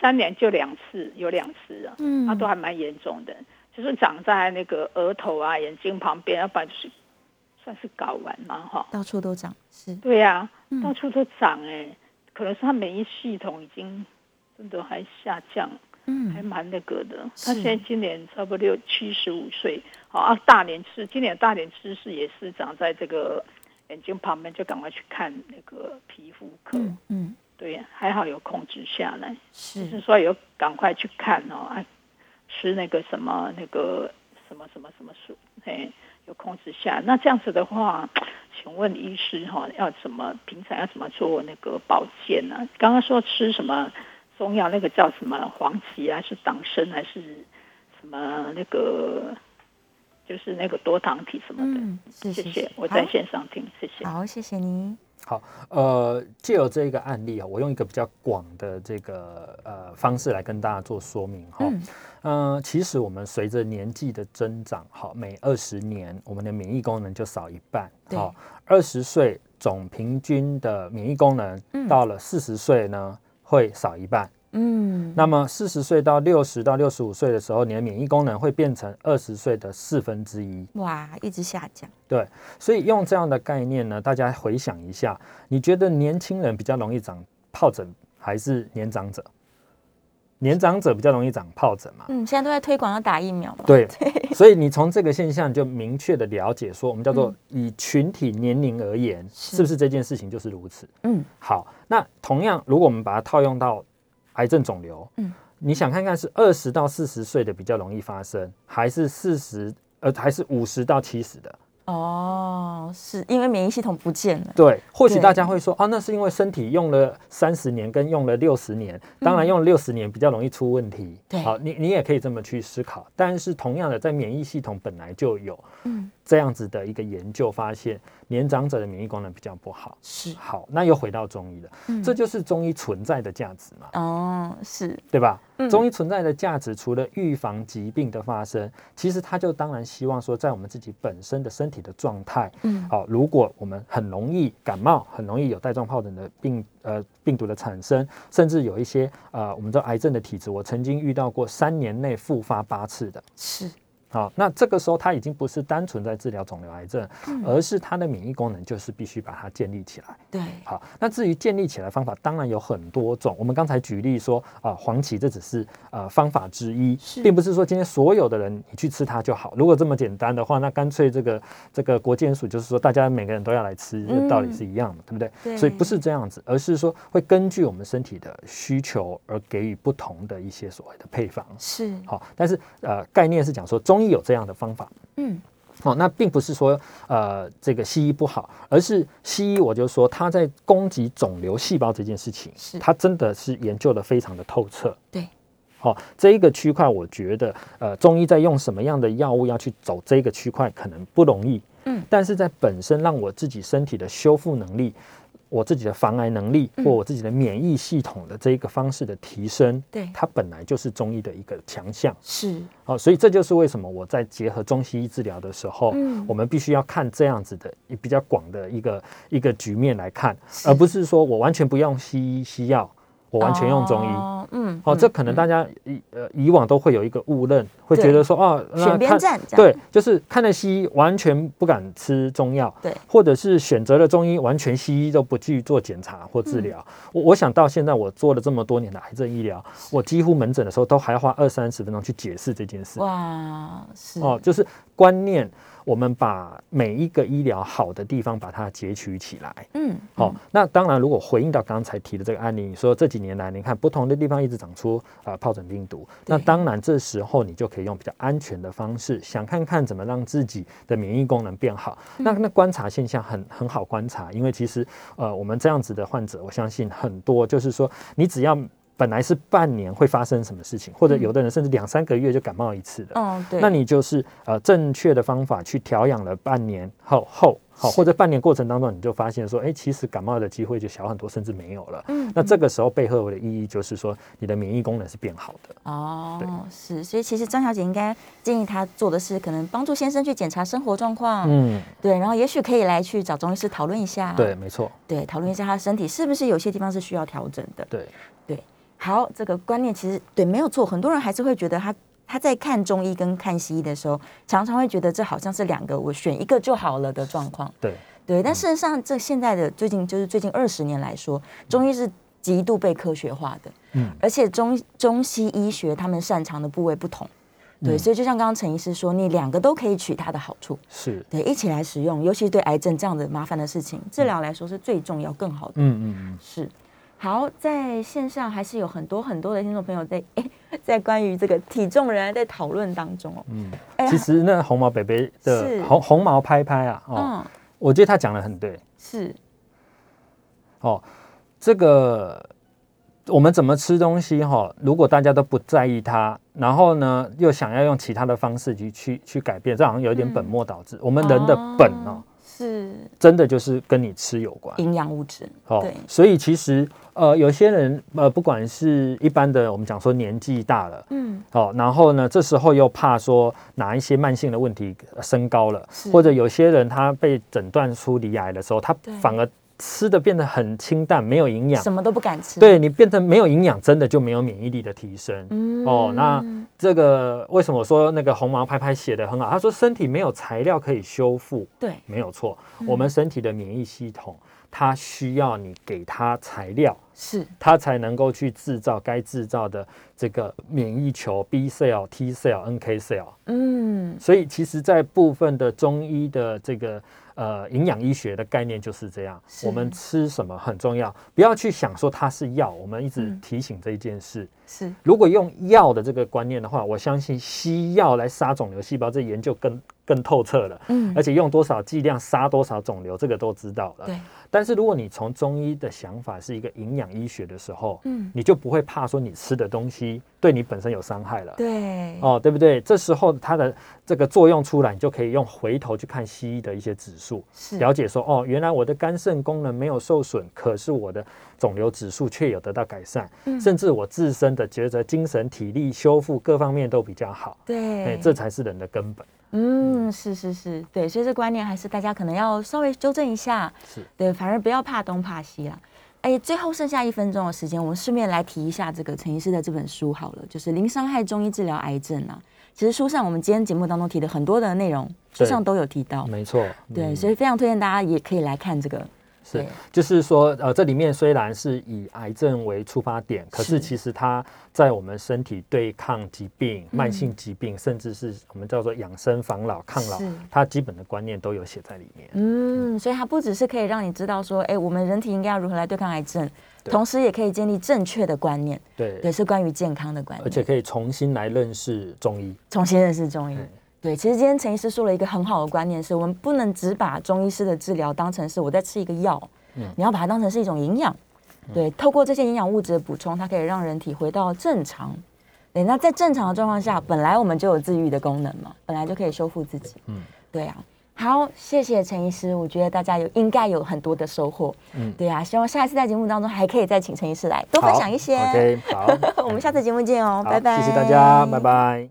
[SPEAKER 5] 三年就两次，有两次啊，
[SPEAKER 2] 嗯
[SPEAKER 5] 他都还蛮严重的，就是长在那个额头啊、眼睛旁边，要不然就是算是睾丸嘛哈，
[SPEAKER 2] 到处都长，是，
[SPEAKER 5] 对呀、
[SPEAKER 2] 嗯
[SPEAKER 5] 到处都长哎、可能是他免疫系统已经真的还下降，还
[SPEAKER 2] 嗯，
[SPEAKER 5] 蛮那个的。他
[SPEAKER 2] 是
[SPEAKER 5] 现在今年差不多六七十五岁，好啊，大年吃今年大年吃是也是长在这个眼睛旁边，就赶快去看那个皮肤科。
[SPEAKER 2] 嗯嗯，
[SPEAKER 5] 对，还好有控制下来，就是
[SPEAKER 2] 是
[SPEAKER 5] 说有赶快去看哦，啊，吃那个什么那个什么什么什么素，哎，有控制下。那这样子的话，请问医师哈、要怎么平常要怎么做那个保健呢、刚刚说吃什么中药，那个叫什么黄芪还是党参还是什么那个，就是那个多糖体什么的。
[SPEAKER 2] 嗯，是
[SPEAKER 5] 谢
[SPEAKER 2] 是
[SPEAKER 5] 谢
[SPEAKER 2] 是，，
[SPEAKER 5] 我在
[SPEAKER 2] 好
[SPEAKER 5] 线上听，谢谢。
[SPEAKER 2] 好，谢谢您。
[SPEAKER 3] 呃，借由这一个案例啊，我用一个比较广的这个呃方式来跟大家做说明哈。
[SPEAKER 2] 嗯
[SPEAKER 3] 嗯、其实我们随着年纪的增长，哈，每二十年我们的免疫功能就少一半，
[SPEAKER 2] 对
[SPEAKER 3] 哈，二十岁总平均的免疫功能
[SPEAKER 2] 嗯
[SPEAKER 3] 到了四十岁呢会少一半。
[SPEAKER 2] 嗯，
[SPEAKER 3] 那么四十岁到六十到六十五岁的时候，你的免疫功能会变成二十岁的四分之一。
[SPEAKER 2] 哇，一直下降，
[SPEAKER 3] 所以用这样的概念呢，大家回想一下，你觉得年轻人比较容易长疱疹，还是年长者？年长者比较容易长疱疹嘛？
[SPEAKER 2] 嗯，现在都在推广要打疫苗嘛，，
[SPEAKER 3] 对，所以你从这个现象就明确的了解说，我们叫做以群体年龄而言，
[SPEAKER 2] 是
[SPEAKER 3] 是不是这件事情就是如此？
[SPEAKER 2] 嗯，
[SPEAKER 3] 好，那同样，如果我们把它套用到癌症肿瘤，
[SPEAKER 2] 嗯，
[SPEAKER 3] 你想看看是二十到四十岁的比较容易发生，还是四十呃还是五十到七十的？
[SPEAKER 2] 哦，是因为免疫系统不见了，
[SPEAKER 3] 对，或许
[SPEAKER 2] 对
[SPEAKER 3] 大家会说啊，那是因为身体用了三十年跟用了六十年，当然用六十年比较容易出问题。
[SPEAKER 2] 嗯对
[SPEAKER 3] 好，你你也可以这么去思考。但是同样的，在免疫系统本来就有
[SPEAKER 2] 嗯
[SPEAKER 3] 这样子的一个研究发现，年长者的免疫功能比较不好。
[SPEAKER 2] 是，
[SPEAKER 3] 好，那又回到中医了，
[SPEAKER 2] 嗯
[SPEAKER 3] 这就是中医存在的价值嘛，
[SPEAKER 2] 哦，是，
[SPEAKER 3] 对吧？
[SPEAKER 2] 嗯
[SPEAKER 3] 中医存在的价值，除了预防疾病的发生，其实它就当然希望说，在我们自己本身的身体的状态，
[SPEAKER 2] 嗯，
[SPEAKER 3] 好、如果我们很容易感冒，很容易有带状疱疹的病呃病毒的产生，甚至有一些呃我们说癌症的体质，我曾经遇到过三年内复发八次的。
[SPEAKER 2] 是，
[SPEAKER 3] 好、那这个时候它已经不是单纯在治疗肿瘤癌症，
[SPEAKER 2] 嗯
[SPEAKER 3] 而是它的免疫功能就是必须把它建立起来。
[SPEAKER 2] 对，
[SPEAKER 3] 好，那至于建立起来方法，当然有很多种。我们刚才举例说啊、黄芪这只是呃方法之一
[SPEAKER 2] 是，
[SPEAKER 3] 并不是说今天所有的人你去吃它就好。如果这么简单的话，那干脆这个这个国健署就是说大家每个人都要来吃，这道理是一样的，对不对？
[SPEAKER 2] 嗯对
[SPEAKER 3] 所以不是这样子，而是说会根据我们身体的需求而给予不同的一些所谓的配方。
[SPEAKER 2] 是，
[SPEAKER 3] 好、但是呃概念是讲说中医有这样的方法，
[SPEAKER 2] 嗯，
[SPEAKER 3] 哦，那并不是说呃这个西医不好，而是西医我就说它在攻击肿瘤细胞这件事情，
[SPEAKER 2] 是
[SPEAKER 3] 它真的是研究的非常的透彻。
[SPEAKER 2] 对，
[SPEAKER 3] 好、哦，这一个区块我觉得呃中医在用什么样的药物要去走这个区块可能不容易，
[SPEAKER 2] 嗯，
[SPEAKER 3] 但是在本身让我自己身体的修复能力。我自己的防癌能力
[SPEAKER 2] 嗯
[SPEAKER 3] 或我自己的免疫系统的这一个方式的提升，
[SPEAKER 2] 对
[SPEAKER 3] 它本来就是中医的一个强项。
[SPEAKER 2] 是，
[SPEAKER 3] 好、哦所以这就是为什么我在结合中西医治疗的时候，
[SPEAKER 2] 嗯
[SPEAKER 3] 我们必须要看这样子的一比较广的一个一个局面来看，
[SPEAKER 2] 是
[SPEAKER 3] 而不是说我完全不用西医西药，我完全用中医。哦
[SPEAKER 2] 哦，嗯，
[SPEAKER 3] 这
[SPEAKER 2] 嗯
[SPEAKER 3] 可能大家以呃以往都会有一个误认，会觉得说哦，那
[SPEAKER 2] 选边
[SPEAKER 3] 看
[SPEAKER 2] 站这样，
[SPEAKER 3] 对，就是看了西医完全不敢吃中药，
[SPEAKER 2] 对
[SPEAKER 3] 或者是选择了中医，完全西医都不去做检查或治疗。
[SPEAKER 2] 嗯
[SPEAKER 3] 我我想到现在我做了这么多年的癌症医疗，我几乎门诊的时候都还要花二三十分钟去解释这件事。
[SPEAKER 2] 哇，是，
[SPEAKER 3] 哦，就是观念，我们把每一个医疗好的地方把它截取起来。
[SPEAKER 2] 嗯，
[SPEAKER 3] 哦，那当然，如果回应到刚才提的这个案例，你说这几年来，你看不同的地方一直长出啊疱疹病毒，那
[SPEAKER 2] 对
[SPEAKER 3] 当然这时候你就可以用比较安全的方式，想看看怎么让自己的免疫功能变好。
[SPEAKER 2] 嗯
[SPEAKER 3] 那那观察现象很很好观察，因为其实呃我们这样子的患者，我相信很多就是说，你只要本来是半年会发生什么事情，
[SPEAKER 2] 嗯
[SPEAKER 3] 或者有的人甚至两三个月就感冒一次的，
[SPEAKER 2] 哦，对，
[SPEAKER 3] 那你就是呃正确的方法去调养了半年后后好，或者半年过程当中，你就发现说，哎，其实感冒的机会就小很多，甚至没有了。
[SPEAKER 2] 嗯
[SPEAKER 3] 那这个时候背后的意义就是说，你的免疫功能是变好的。
[SPEAKER 2] 哦，是，所以其实张小姐应该建议她做的是，可能帮助先生去检查生活状况，
[SPEAKER 3] 嗯，
[SPEAKER 2] 对，然后也许可以来去找中医师讨论一下，
[SPEAKER 3] 对，没错，
[SPEAKER 2] 对，讨论一下他身体是不是有些地方是需要调整的。
[SPEAKER 3] 对，
[SPEAKER 2] 好，这个观念其实对没有错，很多人还是会觉得他他在看中医跟看西医的时候，常常会觉得这好像是两个，我选一个就好了的状况。嗯
[SPEAKER 3] 对，
[SPEAKER 2] 对，但事实上，这现在的最近就是最近二十年来说，中医是极度被科学化的，
[SPEAKER 3] 嗯
[SPEAKER 2] 而且中中西医学他们擅长的部位不同，对，
[SPEAKER 3] 嗯
[SPEAKER 2] 所以就像刚刚陈医师说，你两个都可以取它的好处，
[SPEAKER 3] 是，
[SPEAKER 2] 对，一起来使用，尤其对癌症这样的麻烦的事情，治疗来说是最重要、更好的。
[SPEAKER 3] 嗯嗯嗯。
[SPEAKER 2] 是。好，在线上还是有很多很多的听众朋友在 哎、在关于这个体重仍然在讨论当中哦。
[SPEAKER 3] 嗯，
[SPEAKER 2] 哎呀
[SPEAKER 3] 其实那红毛北北
[SPEAKER 2] 是
[SPEAKER 3] 的红红毛拍拍啊，哦，
[SPEAKER 2] 嗯，
[SPEAKER 3] 我觉得他讲的很对
[SPEAKER 2] 是
[SPEAKER 3] 哦。这个我们怎么吃东西哈、如果大家都不在意它，然后呢又想要用其他的方式去去去改变，这好像有一点本末倒
[SPEAKER 2] 嗯
[SPEAKER 3] 置。我们人的本哦，
[SPEAKER 2] 是
[SPEAKER 3] 真的就是跟你吃有关。
[SPEAKER 2] 营养物质，
[SPEAKER 3] 哦
[SPEAKER 2] 对，
[SPEAKER 3] 所以其实呃，有些人呃，不管是一般的，我们讲说年纪大了，
[SPEAKER 2] 嗯，
[SPEAKER 3] 哦，然后呢，这时候又怕说哪一些慢性的问题呃升高了
[SPEAKER 2] 是，
[SPEAKER 3] 或者有些人他被诊断出罹癌的时候，他
[SPEAKER 2] 对
[SPEAKER 3] 反而吃的变得很清淡，没有营养
[SPEAKER 2] 什。么都不敢吃，，
[SPEAKER 3] 对你变成没有营养，真的就没有免疫力的提升。
[SPEAKER 2] 嗯
[SPEAKER 3] 哦那这个为什么说那个红毛拍拍写的很好？他说身体没有材料可以修复，
[SPEAKER 2] 对，
[SPEAKER 3] 没有错，我们身体的免疫系统，它需要你给它材料，
[SPEAKER 2] 是
[SPEAKER 3] 它才能够去制造该制造的这个免疫球 B cell、T cell、NK cell。
[SPEAKER 2] 嗯，
[SPEAKER 3] 所以其实，在部分的中医的这个呃营养医学的概念就是这样，
[SPEAKER 2] 是
[SPEAKER 3] 我们吃什么很重要，不要去想说它是药，我们一直
[SPEAKER 2] 嗯
[SPEAKER 3] 提醒这一件事。
[SPEAKER 2] 是
[SPEAKER 3] 如果用药的这个观念的话，我相信西药来杀肿瘤细胞，这研究更更透彻了。
[SPEAKER 2] 嗯
[SPEAKER 3] 而且用多少剂量杀多少肿瘤，这个都知道了。
[SPEAKER 2] 对，
[SPEAKER 3] 但是如果你从中医的想法是一个营养医学的时候，
[SPEAKER 2] 嗯
[SPEAKER 3] 你就不会怕说你吃的东西对你本身有伤害了。
[SPEAKER 2] 对，
[SPEAKER 3] 哦，对不对？这时候它的这个作用出来，你就可以用回头去看西医的一些指数，
[SPEAKER 2] 是
[SPEAKER 3] 了解说哦，原来我的肝肾功能没有受损，可是我的肿瘤指数却有得到改善，
[SPEAKER 2] 嗯
[SPEAKER 3] 甚至我自身的觉得精神、体力、修复各方面都比较好。哎
[SPEAKER 2] 对，
[SPEAKER 3] 这才是人的根本。
[SPEAKER 2] 嗯，是是是，对，所以这观念还是大家可能要稍微纠正一下，
[SPEAKER 3] 是
[SPEAKER 2] 对，反而不要怕东怕西啦。哎，最后剩下一分钟的时间，我们顺便来提一下这个陈医师的这本书好了，就是《零伤害中医治疗癌症》啊。其实书上我们今天节目当中提的很多的内容，书
[SPEAKER 3] 对
[SPEAKER 2] 上都有提到，
[SPEAKER 3] 没错，
[SPEAKER 2] 对，
[SPEAKER 3] 嗯
[SPEAKER 2] 所以非常推荐大家也可以来看这个，
[SPEAKER 3] 是
[SPEAKER 2] 对，
[SPEAKER 3] 就是说，呃，这里面虽然是以癌症为出发点，可
[SPEAKER 2] 是
[SPEAKER 3] 是其实它在我们身体对抗疾病、
[SPEAKER 2] 嗯
[SPEAKER 3] 慢性疾病，甚至是我们叫做养生防老、抗老
[SPEAKER 2] 是，
[SPEAKER 3] 它基本的观念都有写在里面。
[SPEAKER 2] 嗯，所以它不只是可以让你知道说，哎，我们人体应该要如何来对抗癌症，
[SPEAKER 3] 对
[SPEAKER 2] 同时也可以建立正确的观念，
[SPEAKER 3] 对，
[SPEAKER 2] 对，是关于健康的观念，
[SPEAKER 3] 而且可以重新来认识中医。
[SPEAKER 2] 重新认识中医
[SPEAKER 3] 嗯。
[SPEAKER 2] 对，其实今天陈医师说了一个很好的观念，是我们不能只把中医师的治疗当成是我在吃一个药，
[SPEAKER 3] 嗯
[SPEAKER 2] 你要把它当成是一种营养。对，透过这些营养物质的补充，它可以让人体回到正常。对，那在正常的状况下，本来我们就有自愈的功能嘛，本来就可以修复自己。嗯，对啊。好，谢谢陈医师，我觉得大家有应该有很多的收获。嗯，对啊，希望下一次在节目当中还可以再请陈医师来多分享一些。 ，
[SPEAKER 3] 好，OK，好
[SPEAKER 2] 我们下次节目见哦，拜拜。
[SPEAKER 3] 好谢谢大家，拜。拜。